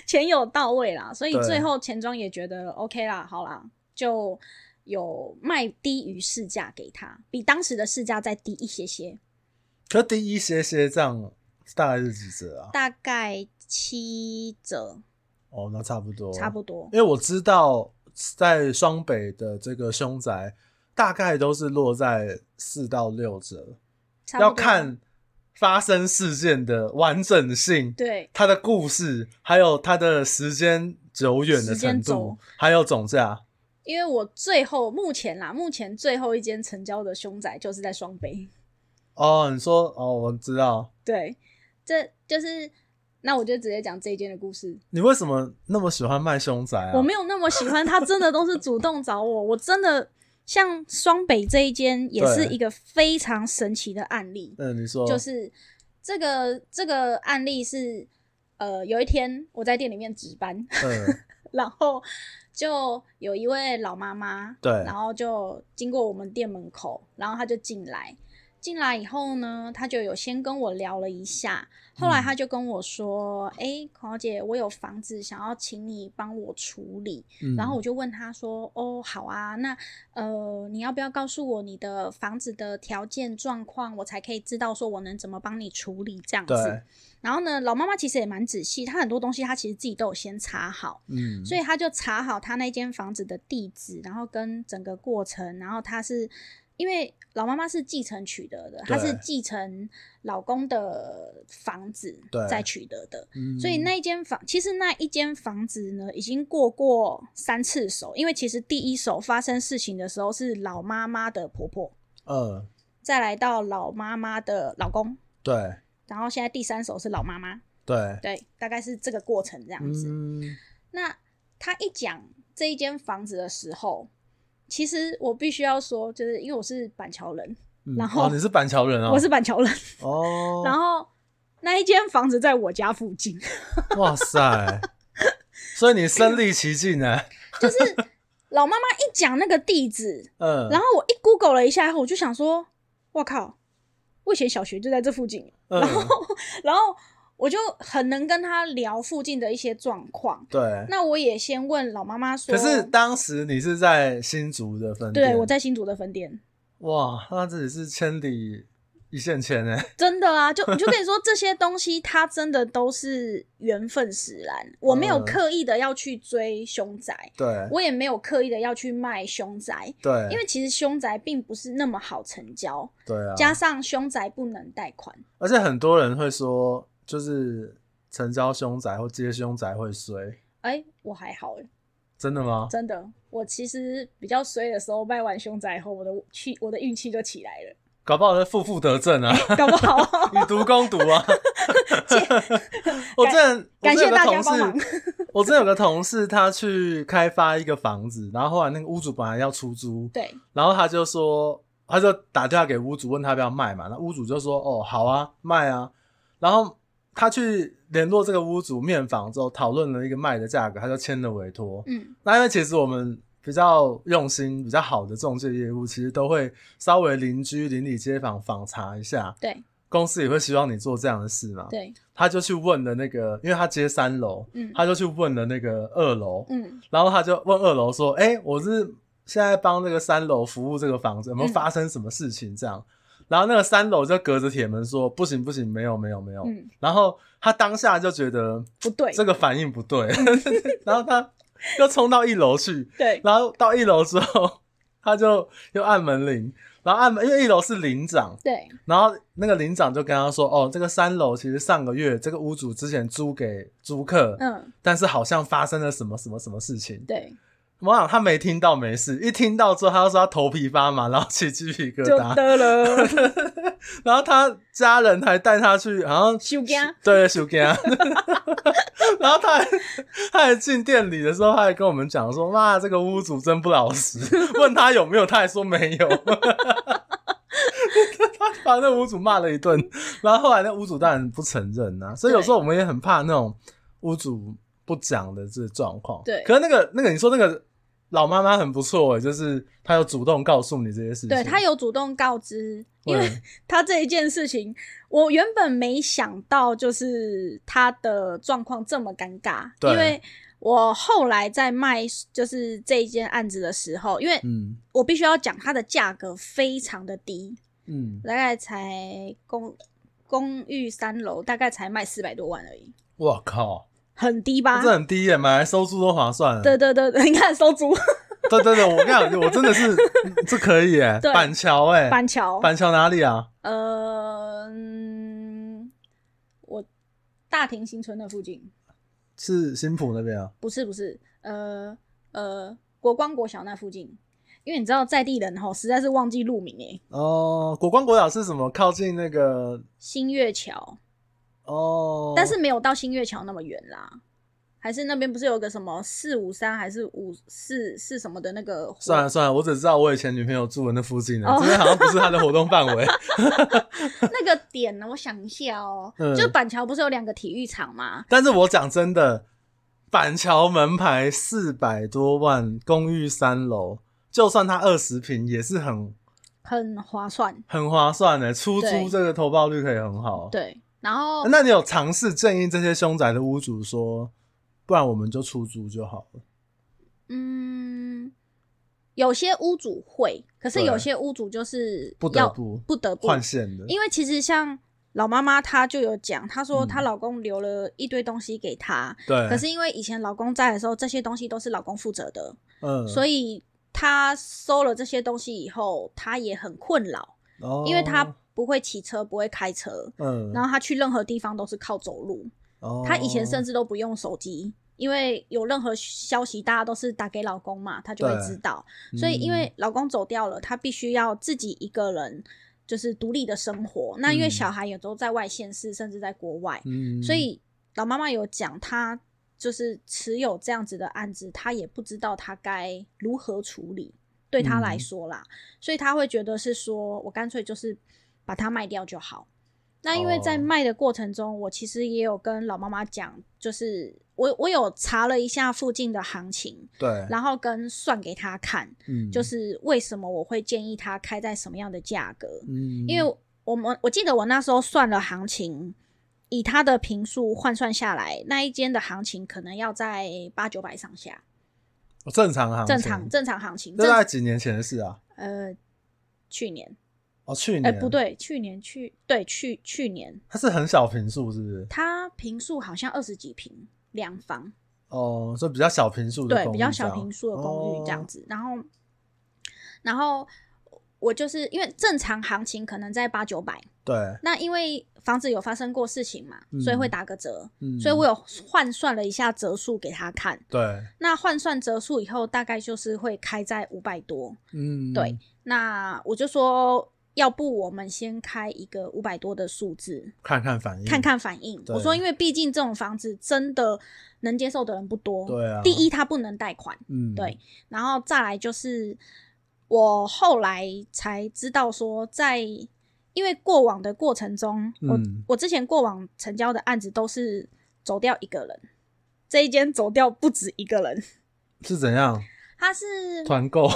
S2: 钱有到位啦，所以
S1: 对
S2: 最后钱庄也觉得 OK 啦，好啦，就有卖低于市价给他，比当时的市价再低一些些，
S1: 可低一些些，这样大概是几折啊？
S2: 大概七折
S1: 哦，那差不多，
S2: 差不多。
S1: 因为我知道在双北的这个凶宅，大概都是落在四到六折，
S2: 差不多
S1: 要看发生事件的完整性，
S2: 对
S1: 它的故事，还有它的时间久远的
S2: 时间
S1: 程
S2: 轴
S1: 度，还有总价。
S2: 因为我最后目前啦，目前最后一间成交的凶宅就是在双北。
S1: 哦，你说哦，我知道。
S2: 对，这就是那我就直接讲这一间的故事。
S1: 你为什么那么喜欢卖凶宅啊？
S2: 我没有那么喜欢他，真的都是主动找我。我真的像双北这一间也是
S1: 对
S2: 一个非常神奇的案例，
S1: 嗯，你说
S2: 就是这个这个案例是呃有一天我在店里面值班， [LAUGHS]
S1: 嗯，
S2: 然后就有一位老妈妈，
S1: 对
S2: [LAUGHS] 然后就经过我们店门口，然后她就进来。进来以后呢，她就有先跟我聊了一下，后来
S1: 嗯
S2: 她就跟我说：“哎、孔小姐，我有房子想要请你帮我处理。
S1: 嗯
S2: 然后我就问她说：“哦，好啊，那呃，你要不要告诉我你的房子的条件状况，我才可以知道说我能怎么帮你处理这样子
S1: 对，？”
S2: 然后呢，老妈妈其实也蛮仔细，她很多东西她其实自己都有先查好。
S1: 嗯，
S2: 所以他就查好他那间房子的地址，然后跟整个过程，然后他是因为老妈妈是继承取得的，她
S1: 对
S2: 是继承老公的房子
S1: 对
S2: 再取得的，
S1: 嗯
S2: 所以那一间房其实那一间房子呢已经过过三次手，因为其实第一手发生事情的时候是老妈妈的婆婆，
S1: 嗯，
S2: 再来到老妈妈的老公，
S1: 对
S2: 然后现在第三手是老妈妈，
S1: 对，
S2: 对，大概是这个过程这样子。
S1: 嗯
S2: 那他一讲这一间房子的时候，其实我必须要说，就是因为我是板桥人，
S1: 嗯
S2: 然后
S1: 哦你是板桥人
S2: [LAUGHS]
S1: 啊？
S2: 我是板桥人，
S1: 哦，
S2: 然后那一间房子在我家附近，
S1: 哇塞！ [LAUGHS] 所以你身历其境啊呢、
S2: 就是老妈妈一讲那个地址，
S1: 嗯，
S2: 然后我一 Google 了一下以后，我就想说，我靠，我以前小学就在这附近，
S1: 嗯，
S2: 然后我就很能跟他聊附近的一些状况。
S1: 对。
S2: 那我也先问老妈妈说，
S1: 可是当时你是在新竹的分店，
S2: 对我在新竹的分店，
S1: 哇，那这里是千里一线牵
S2: [LAUGHS]
S1: 呢、
S2: 真的啊，就你就跟你说这些东西，它真的都是缘分使然。我没有
S1: 嗯
S2: 刻意的要去追凶宅，
S1: 对
S2: 我也没有刻意的要去卖凶宅，
S1: 对，
S2: 因为其实凶宅并不是那么好成交，
S1: 对啊，
S2: 加上凶宅不能贷款，
S1: 而且很多人会说，就是成交凶宅或接凶宅会衰，
S2: 哎、我还好哎、
S1: 真的吗？
S2: 真的，我其实比较衰的时候，卖完凶宅后，我的气我的运气就起来了，
S1: 搞不好是负负得正啊，
S2: 搞
S1: [LAUGHS]
S2: 不好
S1: 以毒攻毒啊！我之前我
S2: 感
S1: 之前
S2: 谢
S1: 有个
S2: 大
S1: 同
S2: 家帮
S1: 事
S2: 忙，
S1: [LAUGHS] 我之前有个同事，他去开发一个房子，然后后来那个屋主本来要出租，
S2: 对
S1: 然后他就说，他就打电话给屋主问他要不要卖嘛，那屋主就说哦好啊卖啊，然后他去联络这个屋主面访之后，讨论了一个卖的价格，他就签了委托。
S2: 嗯，
S1: 那因为其实我们比较用心、比较好的中介业务，其实都会稍微邻居、邻里街坊访查一下，
S2: 对
S1: 公司也会希望你做这样的事嘛。
S2: 对，
S1: 他就去问了那个，因为他接三楼，
S2: 嗯
S1: 他就去问了那个二楼，
S2: 嗯
S1: 然后他就问二楼说：“哎、我是现在帮那个三楼服务这个房子，有没有
S2: 嗯
S1: 发生什么事情？”这样，然后那个三楼就隔着铁门说：“不行不行，没有没有没有。
S2: 嗯，
S1: 然后他当下就觉得
S2: 不对，嗯
S1: 这个反应不对， [LAUGHS] 然后他又冲到一楼去，
S2: 对
S1: 然后到一楼之后，他就又按门铃，然后按门，因为一楼是邻长，
S2: 对
S1: 然后那个邻长就跟他说：“哦，这个三楼其实上个月这个屋主之前租给租客，
S2: 嗯
S1: 但是好像发生了什么什么什么事情。
S2: 对，”
S1: 我想他没听到没事，一听到之后他就说他头皮发麻，然后起鸡皮疙
S2: 就
S1: 瘩，[LAUGHS]
S2: 得了，
S1: 然后他家人还带他去，好像
S2: 休假
S1: [LAUGHS] 对，手给啊。然后他还他还进店里的时候，他还跟我们讲说：“妈，这个屋主真不老实。” [LAUGHS] 问他有没有，他还说没有。 [LAUGHS] 他把那屋主骂了一顿，然后后来那屋主当然不承认呐、所以有时候我们也很怕那种屋主不讲的这状况。
S2: 对
S1: 可是那个那个你说那个老妈妈很不错、欸，就是她有主动告诉你这些事情。
S2: 对他有主动告知，因为
S1: 对
S2: [LAUGHS] 他这一件事情，我原本没想到，就是他的状况这么尴尬，
S1: 对
S2: 因为我后来在卖就是这一件案子的时候，因为
S1: 嗯
S2: 我必须要讲它的价格非常的低，
S1: 嗯，
S2: 大概才公公寓三楼大概才卖四百多万而已，
S1: 我靠，
S2: 很低
S1: 哦
S2: 吧
S1: 这？很低耶、买来收租都划算了。
S2: 啊对对对，对你看收租
S1: [LAUGHS] 对对对，我跟你讲，我真的
S2: [LAUGHS]
S1: 是这可以哎、
S2: 对
S1: 板桥哎、
S2: 板桥，
S1: 板桥哪里啊？
S2: 呃，嗯我大庭新村那附近。
S1: 是新浦那边啊？
S2: 不是不是，呃呃，国光国小那附近，因为你知道在地人吼，实在是忘记路名诶、欸
S1: 哦，国光国小是什么？靠近那个
S2: 新月桥，
S1: 哦，
S2: 但是没有到新月桥那么远啦。还是那边不是有个什么四五三还是五四四什么的那个活？
S1: 算了算了，我只知道我以前女朋友住的那附近的，
S2: 哦
S1: 这边好像不是她的活动范
S2: [LAUGHS]
S1: 围。
S2: 那个点呢？我想一下哦、
S1: 嗯
S2: 就板桥不是有两个体育场吗？
S1: 但是我讲真的，板桥门牌四百多万，公寓三楼，就算它二十平也是很
S2: 很划算，
S1: 很划算的，出租
S2: 对
S1: 这个投报率可以很好。
S2: 对。然后
S1: 那你有尝试建议这些凶宅的屋主说，不然我们就出租就好了？
S2: 嗯，有些屋主会，可是
S1: 对
S2: 有些屋主就是
S1: 不得
S2: 要
S1: 不
S2: 不得不
S1: 换线的，
S2: 因为其实像老妈妈，她就有讲，她说
S1: 嗯
S2: 她老公留了一堆东西给她，
S1: 对，
S2: 可是因为以前老公在的时候，这些东西都是老公负责的，
S1: 嗯，
S2: 所以她收了这些东西以后，她也很困扰，
S1: 哦
S2: 因为她不会骑车，不会开车，
S1: 嗯，哦
S2: 然后她去任何地方都是靠走路，
S1: 后
S2: 她以前甚至都不用手机。因为有任何消息，大家都是打给老公嘛，她就会
S1: 对嗯
S2: 知道。所以因为老公走掉了，她必须要自己一个人就是独立的生活。那因为
S1: 嗯
S2: 小孩也都在外县市，甚至在国外，
S1: 嗯，
S2: 所以老妈妈有讲，她就是持有这样子的案子，她也不知道她该如何处理，对她来
S1: 嗯
S2: 说啦，所以她会觉得是说我干脆就是把它卖掉就好。那因为在
S1: 哦
S2: 卖的过程中，我其实也有跟老妈妈讲，就是我我有查了一下附近的行情，
S1: 对，
S2: 然后跟算给她看，
S1: 嗯
S2: 就是为什么我会建议它开在什么样的价格？
S1: 嗯，
S2: 因为我们我记得我那时候算了行情，以它的平数换算下来，那一间的行情可能要在八九百上下，
S1: 哦正常行情
S2: 正常，正常行情，
S1: 这大概
S2: 正
S1: 几年前的事啊？
S2: 呃去年，
S1: 哦，去
S2: 哎、
S1: 年
S2: 不，对，去年去对去去年
S1: 它是很小平数，是不是？
S2: 它平数好像二十几平两房，
S1: 哦，所以比较小平数的
S2: 对
S1: 公
S2: 比
S1: 寓
S2: 较
S1: 这
S2: 小
S1: 样
S2: 平数的公寓这样
S1: 哦
S2: 子，然后然后我就是因为正常行情可能在八九百。
S1: 哦对，
S2: 那因为房子有发生过事情嘛，
S1: 嗯
S2: 所以会打个折，
S1: 嗯，
S2: 所以我有换算了一下折数给他看。
S1: 对，
S2: 那换算折数以后，大概就是会开在五百多。
S1: 嗯，
S2: 对，那我就说，要不我们先开一个五百多的数字，
S1: 看看反应，
S2: 看，看反应。
S1: 嗯对
S2: 我说，因为毕竟这种房子真的能接受的人不多。
S1: 对啊
S2: 第一，它不能贷款。
S1: 嗯，
S2: 对，然后再来就是我后来才知道说在，因为过往的过程中，
S1: 嗯
S2: 我我之前过往成交的案子都是走掉一个人，这一间走掉不止一个人，
S1: 是怎样
S2: 他是
S1: 团
S2: [LAUGHS]
S1: 购？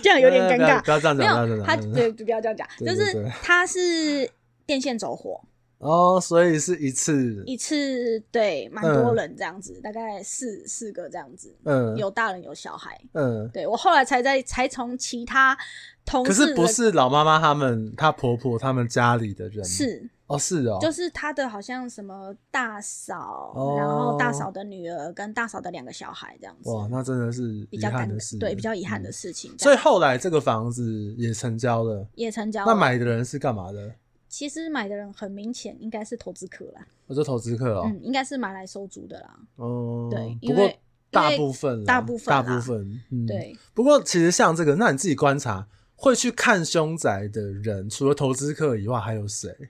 S2: 这 [LAUGHS] 样有点尴
S1: 呃不要
S2: 尬
S1: 不，要这样
S2: 没
S1: 讲，不要这
S2: 有
S1: 样
S2: 他
S1: 讲
S2: 对不要这样讲，
S1: 对
S2: 就
S1: 对对
S2: 是他是电线走火，
S1: 哦，所以是一次，
S2: 一次对蛮多
S1: 嗯
S2: 人这样子，大概四四个这样子，
S1: 嗯，
S2: 有大人有小孩，
S1: 嗯，
S2: 对我后来才在才从其他同
S1: 可
S2: 事
S1: 是
S2: 的
S1: 不是老妈妈他们，她婆婆他们家里的人
S2: 是
S1: 哦，是哦，
S2: 就是他的好像什么大嫂，
S1: 哦
S2: 然后大嫂的女儿跟大嫂的两个小孩这样子，
S1: 哇，那真的是
S2: 比
S1: 遗
S2: 较
S1: 憾
S2: 感
S1: 的事，
S2: 对比较遗憾的
S1: 嗯。
S2: 事情这
S1: 所以
S2: 样。
S1: 后来这个房子也成交了，
S2: 也成交了，
S1: 那买的人是干嘛的？
S2: 其实买的人很明显应该是投资客啦，
S1: 我说投资客哦，
S2: 嗯，应该是买来收租的啦，
S1: 哦，
S2: 对
S1: 不
S2: 因
S1: 过
S2: 为
S1: 大
S2: 因为
S1: 部分啦
S2: 大部分
S1: 大
S2: 啦
S1: 部分，嗯，。
S2: 对，
S1: 不过其实像这个，那你自己观察，会去看凶宅的人，除了投资客以外，还有谁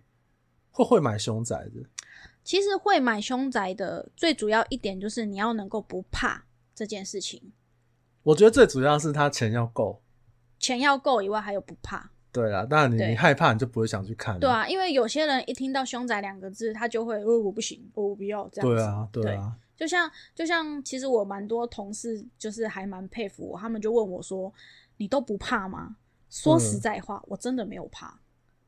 S1: 会会买凶宅的？
S2: 其实会买凶宅的最主要一点就是你要能够不怕这件事情，
S1: 我觉得最主要是他钱要够。
S2: 钱要够以外，还有不怕。
S1: 对啦，那你
S2: 对
S1: 你害怕，你就不会想去看。
S2: 对，啊，因为有些人一听到“凶宅”两个字，他就会，哦，我不行，哦我不要这样子。
S1: 对啊，对啊，
S2: 就像就像，其实我蛮多同事就是还蛮佩服我，他们就问我说：“你都不怕吗？”说实在话，我真的没有怕。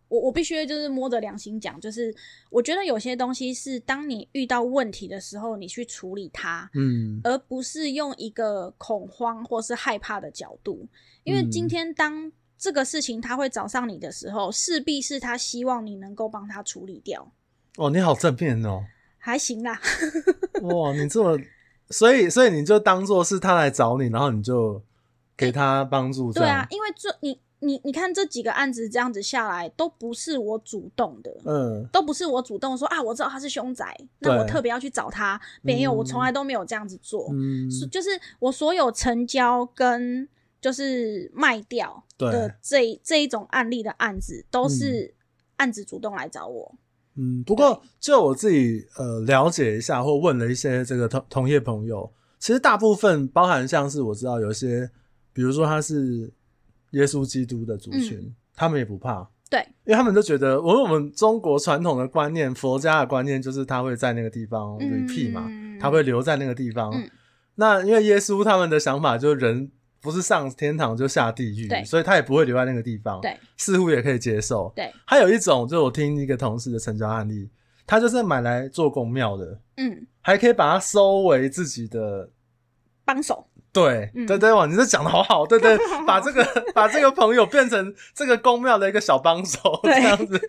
S2: 我我必须就是摸着良心讲，就是我觉得有些东西是当你遇到问题的时候，你去处理它，
S1: 嗯，
S2: 而不是用一个恐慌或是害怕的角度，因为今
S1: 嗯
S2: 天当这个事情他会找上你的时候，势必是他希望你能够帮他处理掉，
S1: 哦，你好正面
S2: [LAUGHS]
S1: 哦，
S2: 还行啦，
S1: 哇，你这么，所以所以你就当做是他来找你，然后你就给他帮助，这
S2: 对
S1: 样
S2: 啊，，因为这你你你看这几个案子这样子下来，都不是我主动的，
S1: 嗯，
S2: 都不是我主动说啊，我知道他是凶宅，那我
S1: 对
S2: 特别要去找他，没有，我从
S1: 嗯
S2: 来都没有这样子做，
S1: 嗯，
S2: 是就是我所有成交跟就是卖掉
S1: 对
S2: 的这一这一种案例的案子，都是案子主动来找我。
S1: 嗯，不过就我自己呃了解一下，或问了一些这个同同业朋友，其实大部分包含像是我知道有一些，比如说他是耶稣基督的族群，他们也不怕，
S2: 嗯对
S1: 因为他们都觉得，我们我们中国传统的观念，佛家的观念就是他会在那个地方
S2: 嗯
S1: repeat 哦嘛，他会留在那个地方。
S2: 嗯
S1: 那因为耶稣他们的想法就是人不是上天堂就下地狱，
S2: 对
S1: 所以他也不会留在那个地方，
S2: 对
S1: 似乎也可以接受。
S2: 对，
S1: 还有一种，就我听一个同事的成交案例，他就是买来做公庙的，
S2: 嗯，
S1: 还可以把它收为自己的。
S2: 帮手，
S1: 对，
S2: 嗯
S1: 对对，哇，你这讲的好好，对
S2: [LAUGHS]
S1: 对，把这个把这个朋友变成这个公庙的一个小帮手，这
S2: 对
S1: 样子。 [LAUGHS]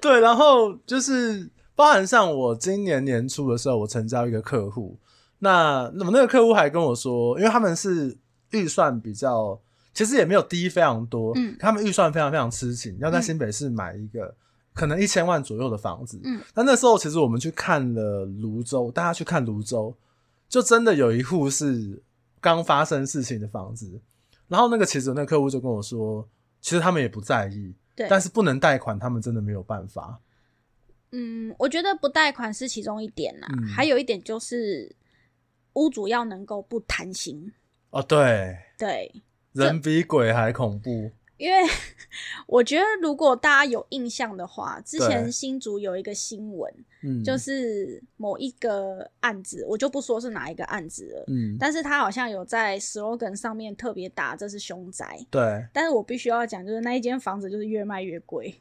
S1: 对，然后就是包含像我今年年初的时候，我成交一个客户，那那么那个客户还跟我说，因为他们是预算比较，其实也没有低非常多，
S2: 嗯
S1: 他们预算非常非常吃紧，要在
S2: 嗯
S1: 新北市买一个、可能一千万左右的房子。
S2: 嗯，
S1: 那那时候其实我们去看了泸州，大家去看泸州，就真的有一户是刚发生事情的房子，然后那个其实那个客户就跟我说，其实他们也不在意，
S2: 对，
S1: 但是不能贷款，他们真的没有办法。
S2: 嗯，我觉得不贷款是其中一点啦，
S1: 嗯
S2: 还有一点就是屋主要能够不贪心，
S1: 哦，对，
S2: 对，
S1: 人比鬼还恐怖。
S2: 因为 [LAUGHS] 我觉得如果大家有印象的话，之
S1: 对
S2: 前新竹有一个新闻，
S1: 嗯，
S2: 就是某一个案子，我就不说是哪一个案子了，
S1: 嗯，
S2: 但是他好像有在 slogan 上面特别打这是凶宅，
S1: 对，
S2: 但是我必须要讲，就是那一间房子就是越卖越贵，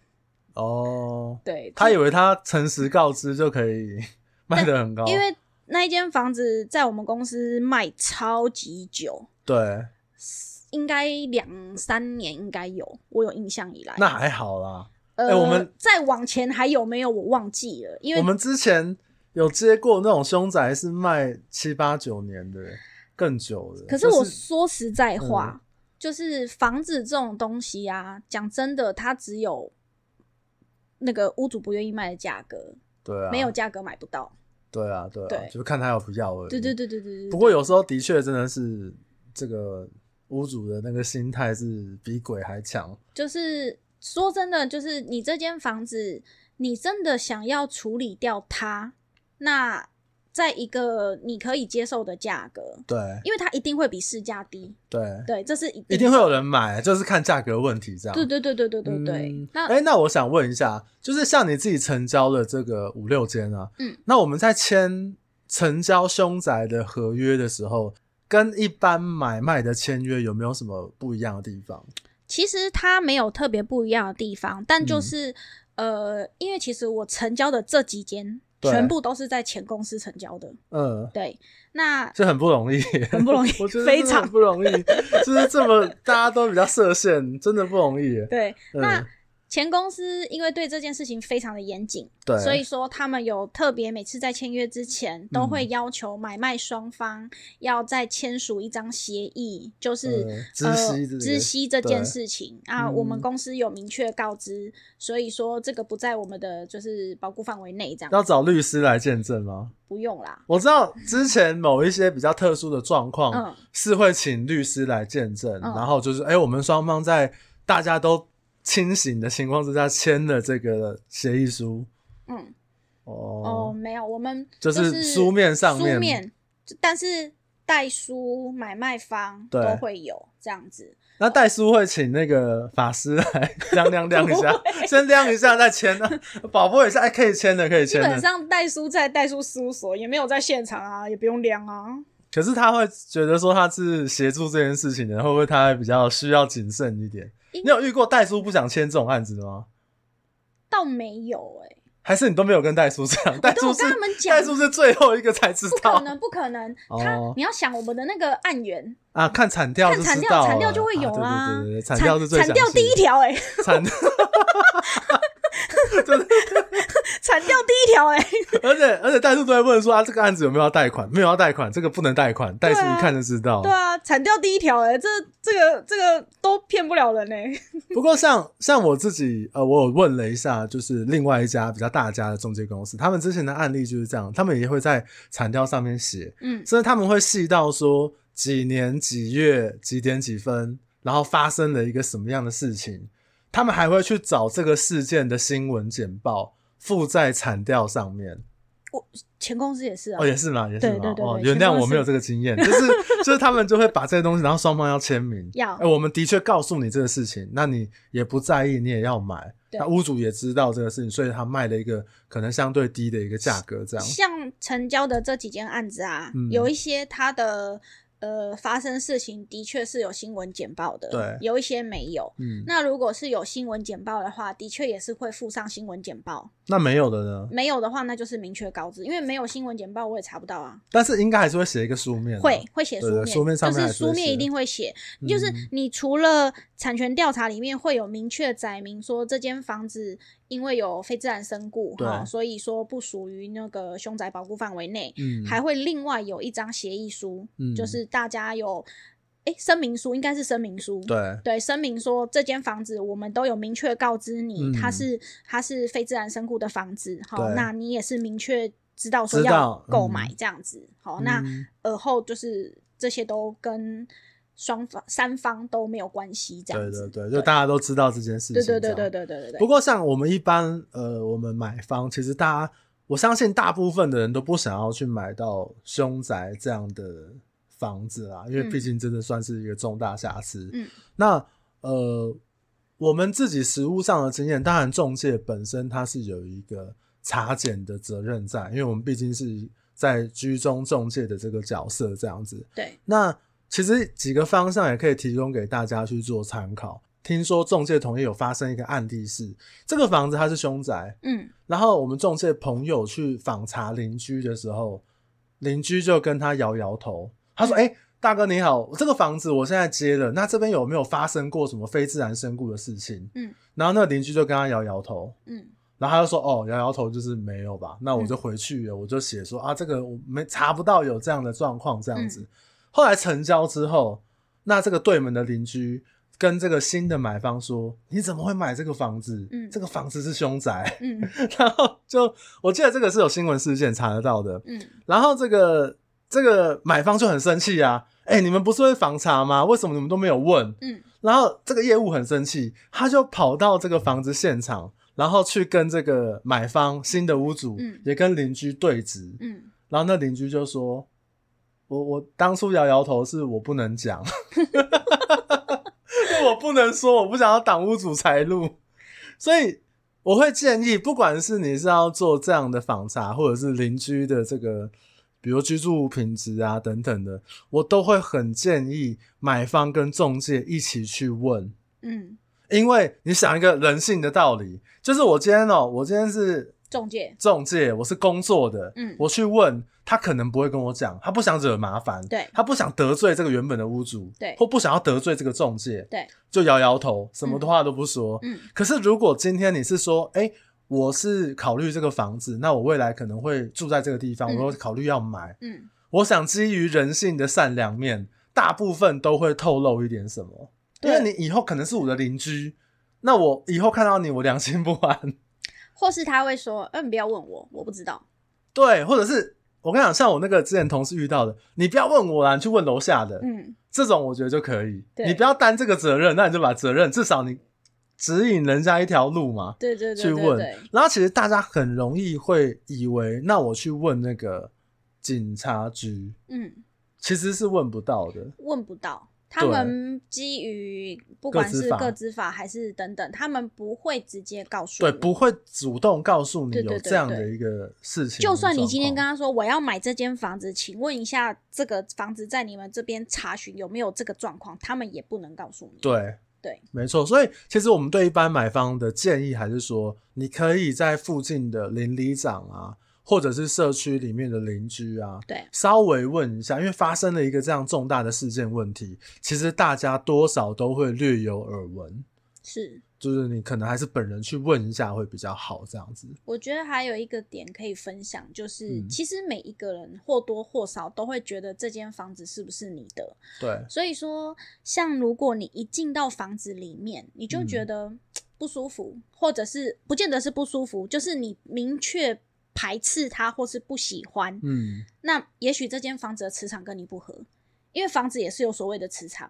S1: 哦，
S2: 对，
S1: 他以
S2: 有，
S1: 为他诚实告知就可以 [LAUGHS] 卖得很高，
S2: 因为那一间房子在我们公司卖超级久，
S1: 对，
S2: 应该两三年应该有，我有印象以来，
S1: 那还好啦。
S2: 呃，
S1: 哎我们
S2: 再往前还有没有我忘记了，因为
S1: 我们之前有接过那种凶宅是卖七八九年的，更久的。
S2: 可是我
S1: 就嗯
S2: 说实在话，就是房子这种东西啊，讲真的，它只有那个屋主不愿意卖的价格，
S1: 对啊，
S2: 没有价格买不到。
S1: 对啊，对啊，
S2: 对
S1: 就是看他要不要而已。
S2: 对对对对对对。
S1: 不过
S2: 对
S1: 有时候的确真的是这个屋主的那个心态是比鬼还强。
S2: 就是说真的，就是你这间房子，你真的想要处理掉它，那在一个你可以接受的价格，
S1: 对
S2: 因为它一定会比市价低，
S1: 对，
S2: 对，这是一定
S1: 一定会。有人买，就是看价格问题这样。
S2: 对对对对对对对。
S1: 嗯
S2: 那
S1: 哎、那我想问一下，就是像你自己成交的这个五六间啊，
S2: 嗯，
S1: 那我们在签成交凶宅的合约的时候，跟一般买卖的签约有没有什么不一样的地方？
S2: 嗯其实它没有特别不一样的地方，但
S1: 嗯
S2: 就是、呃，因为其实我成交的这几间
S1: 对
S2: 全部都是在前公司成交的，
S1: 嗯，
S2: 对，那
S1: 这很不容易，
S2: 很 [LAUGHS] 不容易
S1: [LAUGHS] 我觉得
S2: 非
S1: 真的很
S2: 常
S1: 不容易，就是这么大家都比较设限，真的不容易。
S2: 对，
S1: 嗯
S2: 那前公司因为对这件事情非常的严谨，
S1: 对，
S2: 所以说他们有特别每次在签约之前都
S1: 嗯
S2: 会要求买卖双方要再签署一张协议，就是
S1: 呃知
S2: 呃
S1: 悉这个
S2: 知悉这件
S1: 对
S2: 事情啊，我们
S1: 嗯
S2: 公司有明确告知，所以说这个不在我们的就是保护范围内，这
S1: 要
S2: 样
S1: 找律师来见证吗？
S2: 不用啦。
S1: 我知道之前某一些比较特殊的状况
S2: 嗯
S1: 是会请律师来见证，
S2: 嗯
S1: 然后就是哎、我们双方在大家都清醒的情况之下签了这个协议书。
S2: 嗯，哦，
S1: 哦，
S2: 没有，我们
S1: 就是
S2: 是
S1: 书面上面
S2: 书面，但是代书买卖方
S1: 对
S2: 都会有这样子。
S1: 那代书会请那个法师来量量量
S2: [LAUGHS]
S1: 一下，先量一下再签啊，保护一下，哎，可以签的，可以
S2: 基
S1: 签
S2: 本
S1: 的。
S2: 上代书在代书事务所也没有在现场啊，也不用量啊。
S1: 可是他会觉得说他是协助这件事情的，会不会他会比较需要谨慎一点？
S2: 应
S1: 你有遇过代书不想签这种案子的吗？
S2: 倒没有哎、
S1: 还是你都没有跟代叔讲？代
S2: 对
S1: 叔
S2: 我
S1: 是
S2: 跟他们讲
S1: 代叔是最后一个才知
S2: 不可
S1: 道
S2: 能，不可能。
S1: 哦
S2: 他你要想我们的那个案源，
S1: 啊，看产调
S2: 看
S1: 就
S2: 产
S1: 知
S2: 调，
S1: 道了，
S2: 产调就会有
S1: 啊，对对对对，
S2: 产
S1: 产调是最
S2: 产调
S1: 详细
S2: 第一条哎、
S1: 的产，
S2: 产调第一条哎、
S1: [LAUGHS] 而且而且代叔都会问说啊，这个案子有没有要贷款？没有要贷款，这个不能贷款，代叔
S2: 对啊
S1: 一看就知道。
S2: 对啊，产调第一条哎、这这个这个都骗不了人哎、
S1: 不过像像我自己，呃，我有问了一下，就是另外一家比较大家的中介公司，他们之前的案例就是这样，他们也会在产调上面写，
S2: 嗯，
S1: 甚至他们会细到说几年几月几点几分，然后发生了一个什么样的事情，他们还会去找这个事件的新闻简报附在产调上面。
S2: 前公司也是啊，
S1: 哦，也是嘛，也是
S2: 对
S1: 嘛。
S2: 对对对
S1: 哦，
S2: 全
S1: 原谅我
S2: 都是
S1: 没有这个经验，
S2: [LAUGHS]
S1: 就是就是他们就会把这些东西，然后双方要签名。
S2: 要
S1: 哎，我们的确告诉你这个事情，那你也不在意，你也要买。
S2: 对
S1: 那屋主也知道这个事情，所以他卖了一个可能相对低的一个价格，这样。
S2: 像成交的这几件案子啊，
S1: 啊嗯
S2: 有一些它的呃发生事情的确是有新闻简报的，
S1: 对
S2: 有一些没有。
S1: 嗯，
S2: 那如果是有新闻简报的话，的确也是会附上新闻简报。
S1: 那没有的呢？
S2: 没有的话，那就是明确告知，因为没有新闻简报，我也查不到啊。
S1: 但是应该还是会写一个书面的。啊
S2: 会会写
S1: 对
S2: 书
S1: 对
S2: 面，
S1: 书面上面
S2: 就
S1: 还
S2: 是
S1: 是会
S2: 书面
S1: 写
S2: 一定会写，就是
S1: 嗯
S2: 你除了产权调查里面会有明确载明说这间房子因为有非自然身故
S1: 对
S2: 哈、所以说不属于那个凶宅保护范围内，
S1: 嗯，
S2: 还会另外有一张协议书，
S1: 嗯
S2: 就是大家有诶声明书，应该是声明书。
S1: 对，
S2: 对，声明说这间房子我们都有明确告知你，
S1: 嗯
S2: 它是它是非自然身故的房子，好，
S1: 对
S2: 那你也是明确知道说
S1: 知
S2: 要
S1: 道
S2: 购
S1: 嗯
S2: 买这样子，好，那
S1: 嗯
S2: 而后就是这些都跟双方三方都没有关系，这
S1: 对
S2: 样
S1: 对
S2: 子。
S1: 对，就大家都知道这件事情。
S2: 对对对
S1: 这
S2: 对
S1: 样。
S2: 对对对对。
S1: 不过像我们一般，呃，我们买房，其实大家，我相信大部分的人都不想要去买到凶宅这样的房子啦，因为
S2: 嗯
S1: 毕竟真的算是一个重大瑕疵。
S2: 嗯，
S1: 那呃，我们自己实物上的经验，当然中介本身它是有一个查检的责任在，因为我们毕竟是在居中中介的这个角色这样子。
S2: 对，
S1: 那其实几个方向也可以提供给大家去做参考。听说中介同业有发生一个案例是，这个房子它是凶宅，
S2: 嗯
S1: 然后我们中介朋友去访查邻居的时候，邻居就跟他摇摇头，他说：“哎、大哥你好，这个房子我现在接了，那这边有没有发生过什么非自然身故的事情？”
S2: 嗯，
S1: 然后那个邻居就跟他摇摇头，
S2: 嗯
S1: 然后他就说：“哦，摇摇头就是没有吧？”那我就回去了，我就写说啊，这个我没查不到有这样的状况，这样子。
S2: 嗯
S1: 后来成交之后，那这个对门的邻居跟这个新的买方说：“你怎么会买这个房子？
S2: 嗯
S1: 这个房子是凶宅。
S2: 嗯
S1: [LAUGHS] 然后就我记得这个是有新闻事件查得到的。
S2: 嗯，
S1: 然后这个这个买方就很生气啊，哎、你们不是会防查吗？为什么你们都没有问？
S2: 嗯，
S1: 然后这个业务很生气，他就跑到这个房子现场，然后去跟这个买方新的屋主，
S2: 嗯
S1: 也跟邻居对质。
S2: 嗯，
S1: 然后那邻居就说：“我我当初摇摇头是我不能讲， [LAUGHS] 就我不能说，我不想要挡屋主财路。”所以我会建议，不管是你是要做这样的访查，或者是邻居的这个。比如居住品质啊等等的，我都会很建议买方跟中介一起去问，
S2: 嗯，
S1: 因为你想一个人性的道理，就是我今天哦，我今天是
S2: 中介，
S1: 中介，我是工作的，
S2: 嗯
S1: 我去问他，可能不会跟我讲，他不想惹麻烦，
S2: 对
S1: 他不想得罪这个原本的屋主，
S2: 对
S1: 或不想要得罪这个中介，
S2: 对，
S1: 就摇摇头，什么
S2: 嗯
S1: 的话都不说。
S2: 嗯
S1: 可是如果今天你是说，哎、我是考虑这个房子，那我未来可能会住在这个地方，
S2: 嗯
S1: 我考虑要买，
S2: 嗯，
S1: 我想基于人性的善良面，大部分都会透露一点什么，因为
S2: 对
S1: 你以后可能是我的邻居。那我以后看到你，我良心不安。
S2: 或是他会说，嗯，你不要问我，我不知道，
S1: 对，或者是我跟你讲，像我那个之前同事遇到的，你不要问我啦，你去问楼下的，
S2: 嗯，
S1: 这种我觉得就可以。
S2: 对
S1: 你不要担这个责任，那你就把责任至少你指引人家一条路嘛，
S2: 对对对
S1: 去
S2: 对
S1: 问。
S2: 对，
S1: 然后其实大家很容易会以为，那我去问那个警察局，
S2: 嗯，
S1: 其实是问不到的。
S2: 问不到。他们基于不管
S1: 各自
S2: 是
S1: 法
S2: 个资法还是等等，他们不会直接告诉
S1: 对，
S2: 你。
S1: 不会主动告诉你
S2: 对对
S1: 有
S2: 对
S1: 这样
S2: 对
S1: 的一个事情的状况。
S2: 就算你今天跟他说我要买这间房子，请问一下这个房子在你们这边查询有没有这个状况，他们也不能告诉你。
S1: 对
S2: 对，
S1: 没错。所以其实我们对一般买方的建议还是说，你可以在附近的邻里长啊，或者是社区里面的邻居啊，
S2: 对
S1: 稍微问一下，因为发生了一个这样重大的事件问题，其实大家多少都会略有耳闻，
S2: 是，
S1: 就是你可能还是本人去问一下会比较好，这样子。
S2: 我觉得还有一个点可以分享，就是、
S1: 嗯
S2: 其实每一个人或多或少都会觉得这间房子是不是你的，
S1: 对，
S2: 所以说，像如果你一进到房子里面，你就
S1: 嗯
S2: 觉得嘖不舒服，或者是不见得是不舒服，就是你明确排斥它或是不喜欢，
S1: 嗯，
S2: 那也许这间房子的磁场跟你不合，因为房子也是有所谓的磁场，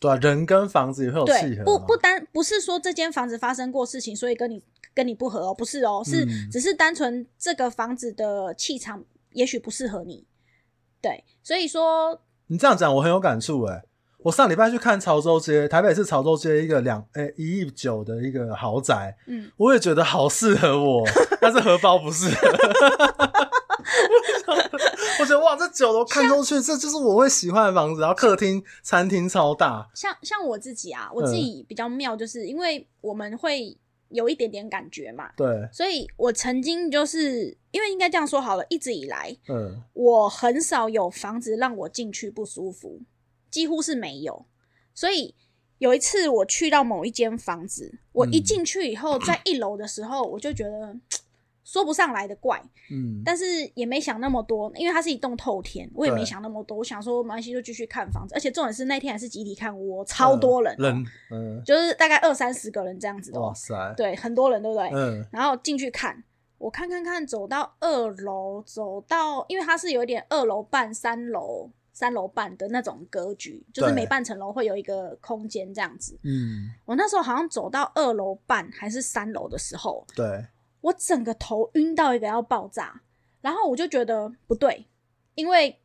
S1: 对啊、人跟房子也会有
S2: 对
S1: 契，合
S2: 不
S1: 嘛
S2: 不单不是说这间房子发生过事情，所以跟你跟你不合哦，不是哦，是、
S1: 嗯
S2: 只是单纯这个房子的气场也许不适合你，对，所以说
S1: 你这样讲，我很有感触哎。我上礼拜去看潮州街，台北市潮州街一个两诶一亿九的一个豪宅，
S2: 嗯，
S1: 我也觉得好适合我， [LAUGHS] 但是荷包不适合。 [LAUGHS] 我觉得哇，这九楼看出去，这就是我会喜欢的房子。然后客厅、餐厅超大，
S2: 像像我自己啊，我自
S1: 嗯
S2: 己比较妙，就是因为我们会有一点点感觉嘛，
S1: 对，
S2: 所以我曾经就是因为应该这样说好了，一直以来
S1: 嗯，
S2: 我很少有房子让我进去不舒服，几乎是没有。所以有一次我去到某一间房子，我一
S1: 嗯
S2: 进去以后，在一楼的时候，我就觉得说不上来的怪，
S1: 嗯，
S2: 但是也没想那么多，因为它是一栋透天，我也
S1: 对
S2: 没想那么多。我想说没关系，就继续看房子。而且重点是那天还是集体看屋哦，超多人哦、
S1: 人，嗯，
S2: 就是大概二三十个人这样子的哦、
S1: 哇塞，
S2: 对，很多人，对不对？
S1: 嗯，
S2: 然后进去看，我看看看，走到二楼，走到，因为它是有一点二楼半、三楼、三楼半的那种格局，就是
S1: 对
S2: 每半层楼会有一个空间这样子。
S1: 嗯，
S2: 我那时候好像走到二楼半还是三楼的时候，
S1: 对，
S2: 我整个头晕到一个要爆炸，然后我就觉得不对，因为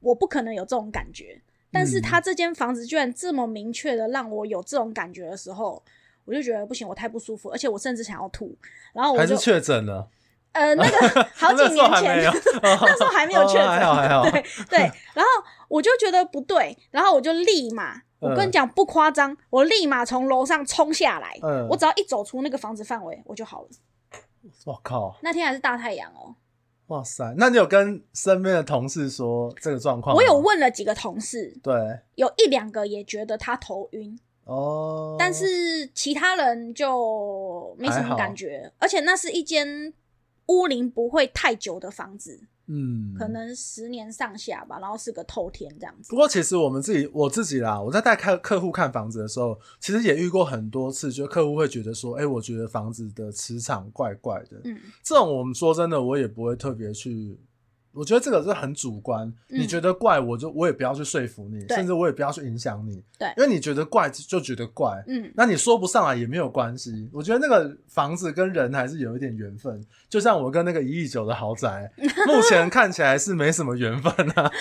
S2: 我不可能有这种感觉。但是
S1: 嗯
S2: 他这间房子居然这么明确的让我有这种感觉的时候，我就觉得不行，我太不舒服，而且我甚至想要吐。然后我
S1: 还
S2: 就是
S1: 确诊了，
S2: 呃，那个好几
S1: [LAUGHS] 那时候
S2: 年
S1: 还没有
S2: 前， [LAUGHS] 那时候还没有确诊，
S1: 哦还好还好，
S2: [LAUGHS] 对对。
S1: [LAUGHS]
S2: 然后我就觉得不对，然后我就立马，我跟你讲不夸张，我立马从楼上冲下来，
S1: 嗯
S2: 我只要一走出那个房子范围，我就好了。
S1: 我靠，
S2: 那天还是大太阳哦，
S1: 哇塞，那你有跟身边的同事说这个状况吗？
S2: 我有问了几个同事，
S1: 对，
S2: 有一两个也觉得他头晕，
S1: 哦，
S2: 但是其他人就没什
S1: 还
S2: 么
S1: 好
S2: 感觉，而且那是一间屋龄不会太久的房子，
S1: 嗯，
S2: 可能十年上下吧，然后是个透天这样子
S1: 不。过其实我们自己我自己啦，我在带客客户看房子的时候，其实也遇过很多次，就客户会觉得说，哎、我觉得房子的磁场怪怪的。
S2: 嗯，
S1: 这种我们说真的，我也不会特别去。我觉得这个是很主观，
S2: 嗯
S1: 你觉得怪，我就我也不要去说服你，
S2: 对
S1: 甚至我也不要去影响你，
S2: 对
S1: 因为你觉得怪就觉得怪，
S2: 嗯，
S1: 那你说不上来也没有关系。我觉得那个房子跟人还是有一点缘分，就像我跟那个一亿
S2: [LAUGHS]
S1: 九的豪宅，目前看起来是没什么缘分啊。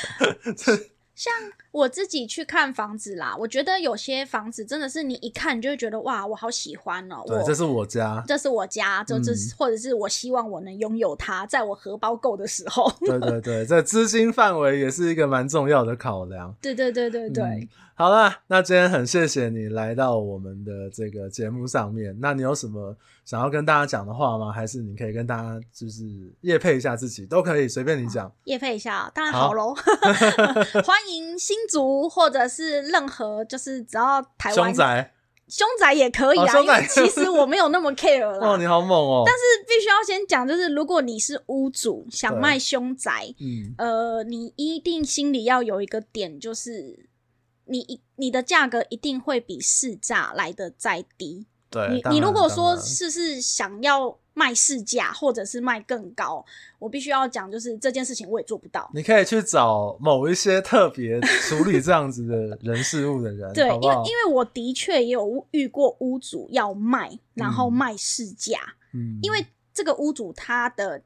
S2: 像我自己去看房子啦，我觉得有些房子真的是你一看你就会觉得哇，我好喜欢哦，
S1: 对，
S2: 我
S1: 这是嗯我家，
S2: 这是我家，这这是、或者是我希望我能拥有它，在我荷包够的时候。 [LAUGHS]
S1: 对对对，这资金范围也是一个蛮重要的考量。
S2: 对对对对对，
S1: 嗯好啦，那今天很谢谢你来到我们的这个节目上面。那你有什么想要跟大家讲的话吗？还是你可以跟大家就是夜配一下自己，都可以随便你讲。
S2: 夜配一下，当然
S1: 好 [LAUGHS]
S2: 好喽。欢迎新竹或者是任何，就是只要台湾
S1: 凶宅，
S2: 凶宅也可以
S1: 哦
S2: 啊，
S1: 凶
S2: 因为
S1: 宅
S2: 其实我没有那么 care
S1: 哇，
S2: 啦。
S1: 你好猛 [LAUGHS] 哦、但是，
S2: 是必须要先讲，就是如果你是屋主想
S1: 对
S2: 卖凶宅，
S1: 嗯，
S2: 呃，你一定心里要有一个点，就是你一你的价格一定会比市价来的再低。
S1: 对。
S2: 你
S1: 当
S2: 你
S1: 然
S2: 如果
S1: 当
S2: 说
S1: 然
S2: 是是想要卖市价，或者是卖更高，我必须要讲，就是这件事情我也做不到。
S1: 你可以去找某一些特别处理这样子的人事物的人，
S2: 对，
S1: 好
S2: 因
S1: 不
S2: 为
S1: 好？
S2: 因为我的确也有遇过屋主要卖，然后
S1: 嗯
S2: 卖市价，
S1: 嗯，
S2: 因为这个屋主他的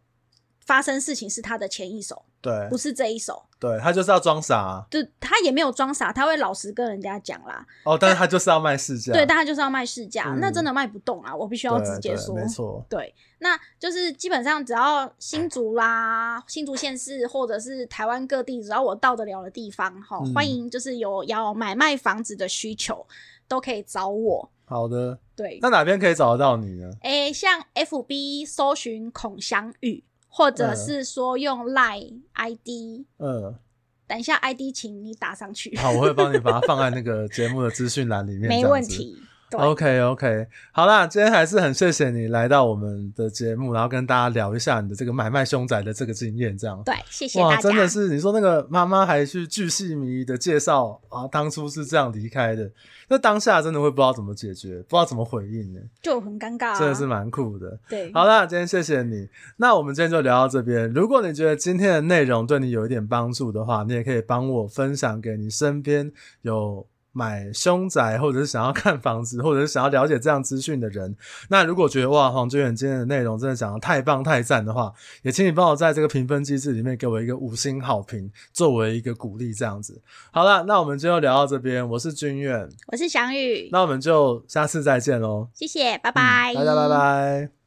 S2: 发生事情是他的前一手，
S1: 对
S2: 不是这一手，
S1: 对，他就是要装傻啊、
S2: 就他也没有装傻，他会老实跟人家讲啦。
S1: 哦，但是他就是要卖市价，
S2: 对，大家就是要卖市价，
S1: 啊嗯
S2: 那真的卖不动啊，我必须要
S1: 对
S2: 直接
S1: 对
S2: 说。
S1: 没错，
S2: 对，那就是基本上只要新竹啦、新竹县市或者是台湾各地，只要我到得了的地方，哈、
S1: 嗯
S2: 欢迎就是有要买卖房子的需求，都可以找我。
S1: 好的，
S2: 对，
S1: 那哪边可以找得到你呢？
S2: 诶、像 FB 搜寻孔祥宇，或者
S1: 嗯
S2: 是说用 Line ID，、 [LAUGHS]
S1: 嗯，
S2: 等一下 ID 请你打上去，
S1: 好，我会帮你把它放在那个节目的资讯栏里面，
S2: [LAUGHS] 没
S1: 这样
S2: 问
S1: 子。
S2: 题。对
S1: OK OK，好啦，今天还是很谢谢你来到我们的节目，然后跟大家聊一下你的这个买卖凶宅的这个经验，这样。
S2: 对，谢谢
S1: 哇，
S2: 大家。
S1: 真的是你说那个妈妈还去巨细靡遗的介绍啊，当初是这样离开的，那当下真的会不知道怎么解决，不知道怎么回应呢，
S2: 就很尴尬、啊，
S1: 真的是蛮酷的。
S2: 对。
S1: 好啦，今天谢谢你。那我们今天就聊到这边。如果你觉得今天的内容对你有一点帮助的话，你也可以帮我分享给你身边有买凶宅，或者是想要看房子，或者是想要了解这样资讯的人。那如果觉得哇，黄志远今天的内容真的讲的太棒太赞的话，也请你帮我在这个评分机制里面给我一个五星好评，作为一个鼓励这样子。好啦，那我们今天就聊到这边。我是君远，
S2: 我是祥宇，
S1: 那我们就下次再见喽。
S2: 谢谢，拜
S1: 嗯
S2: 拜，
S1: 大家拜拜。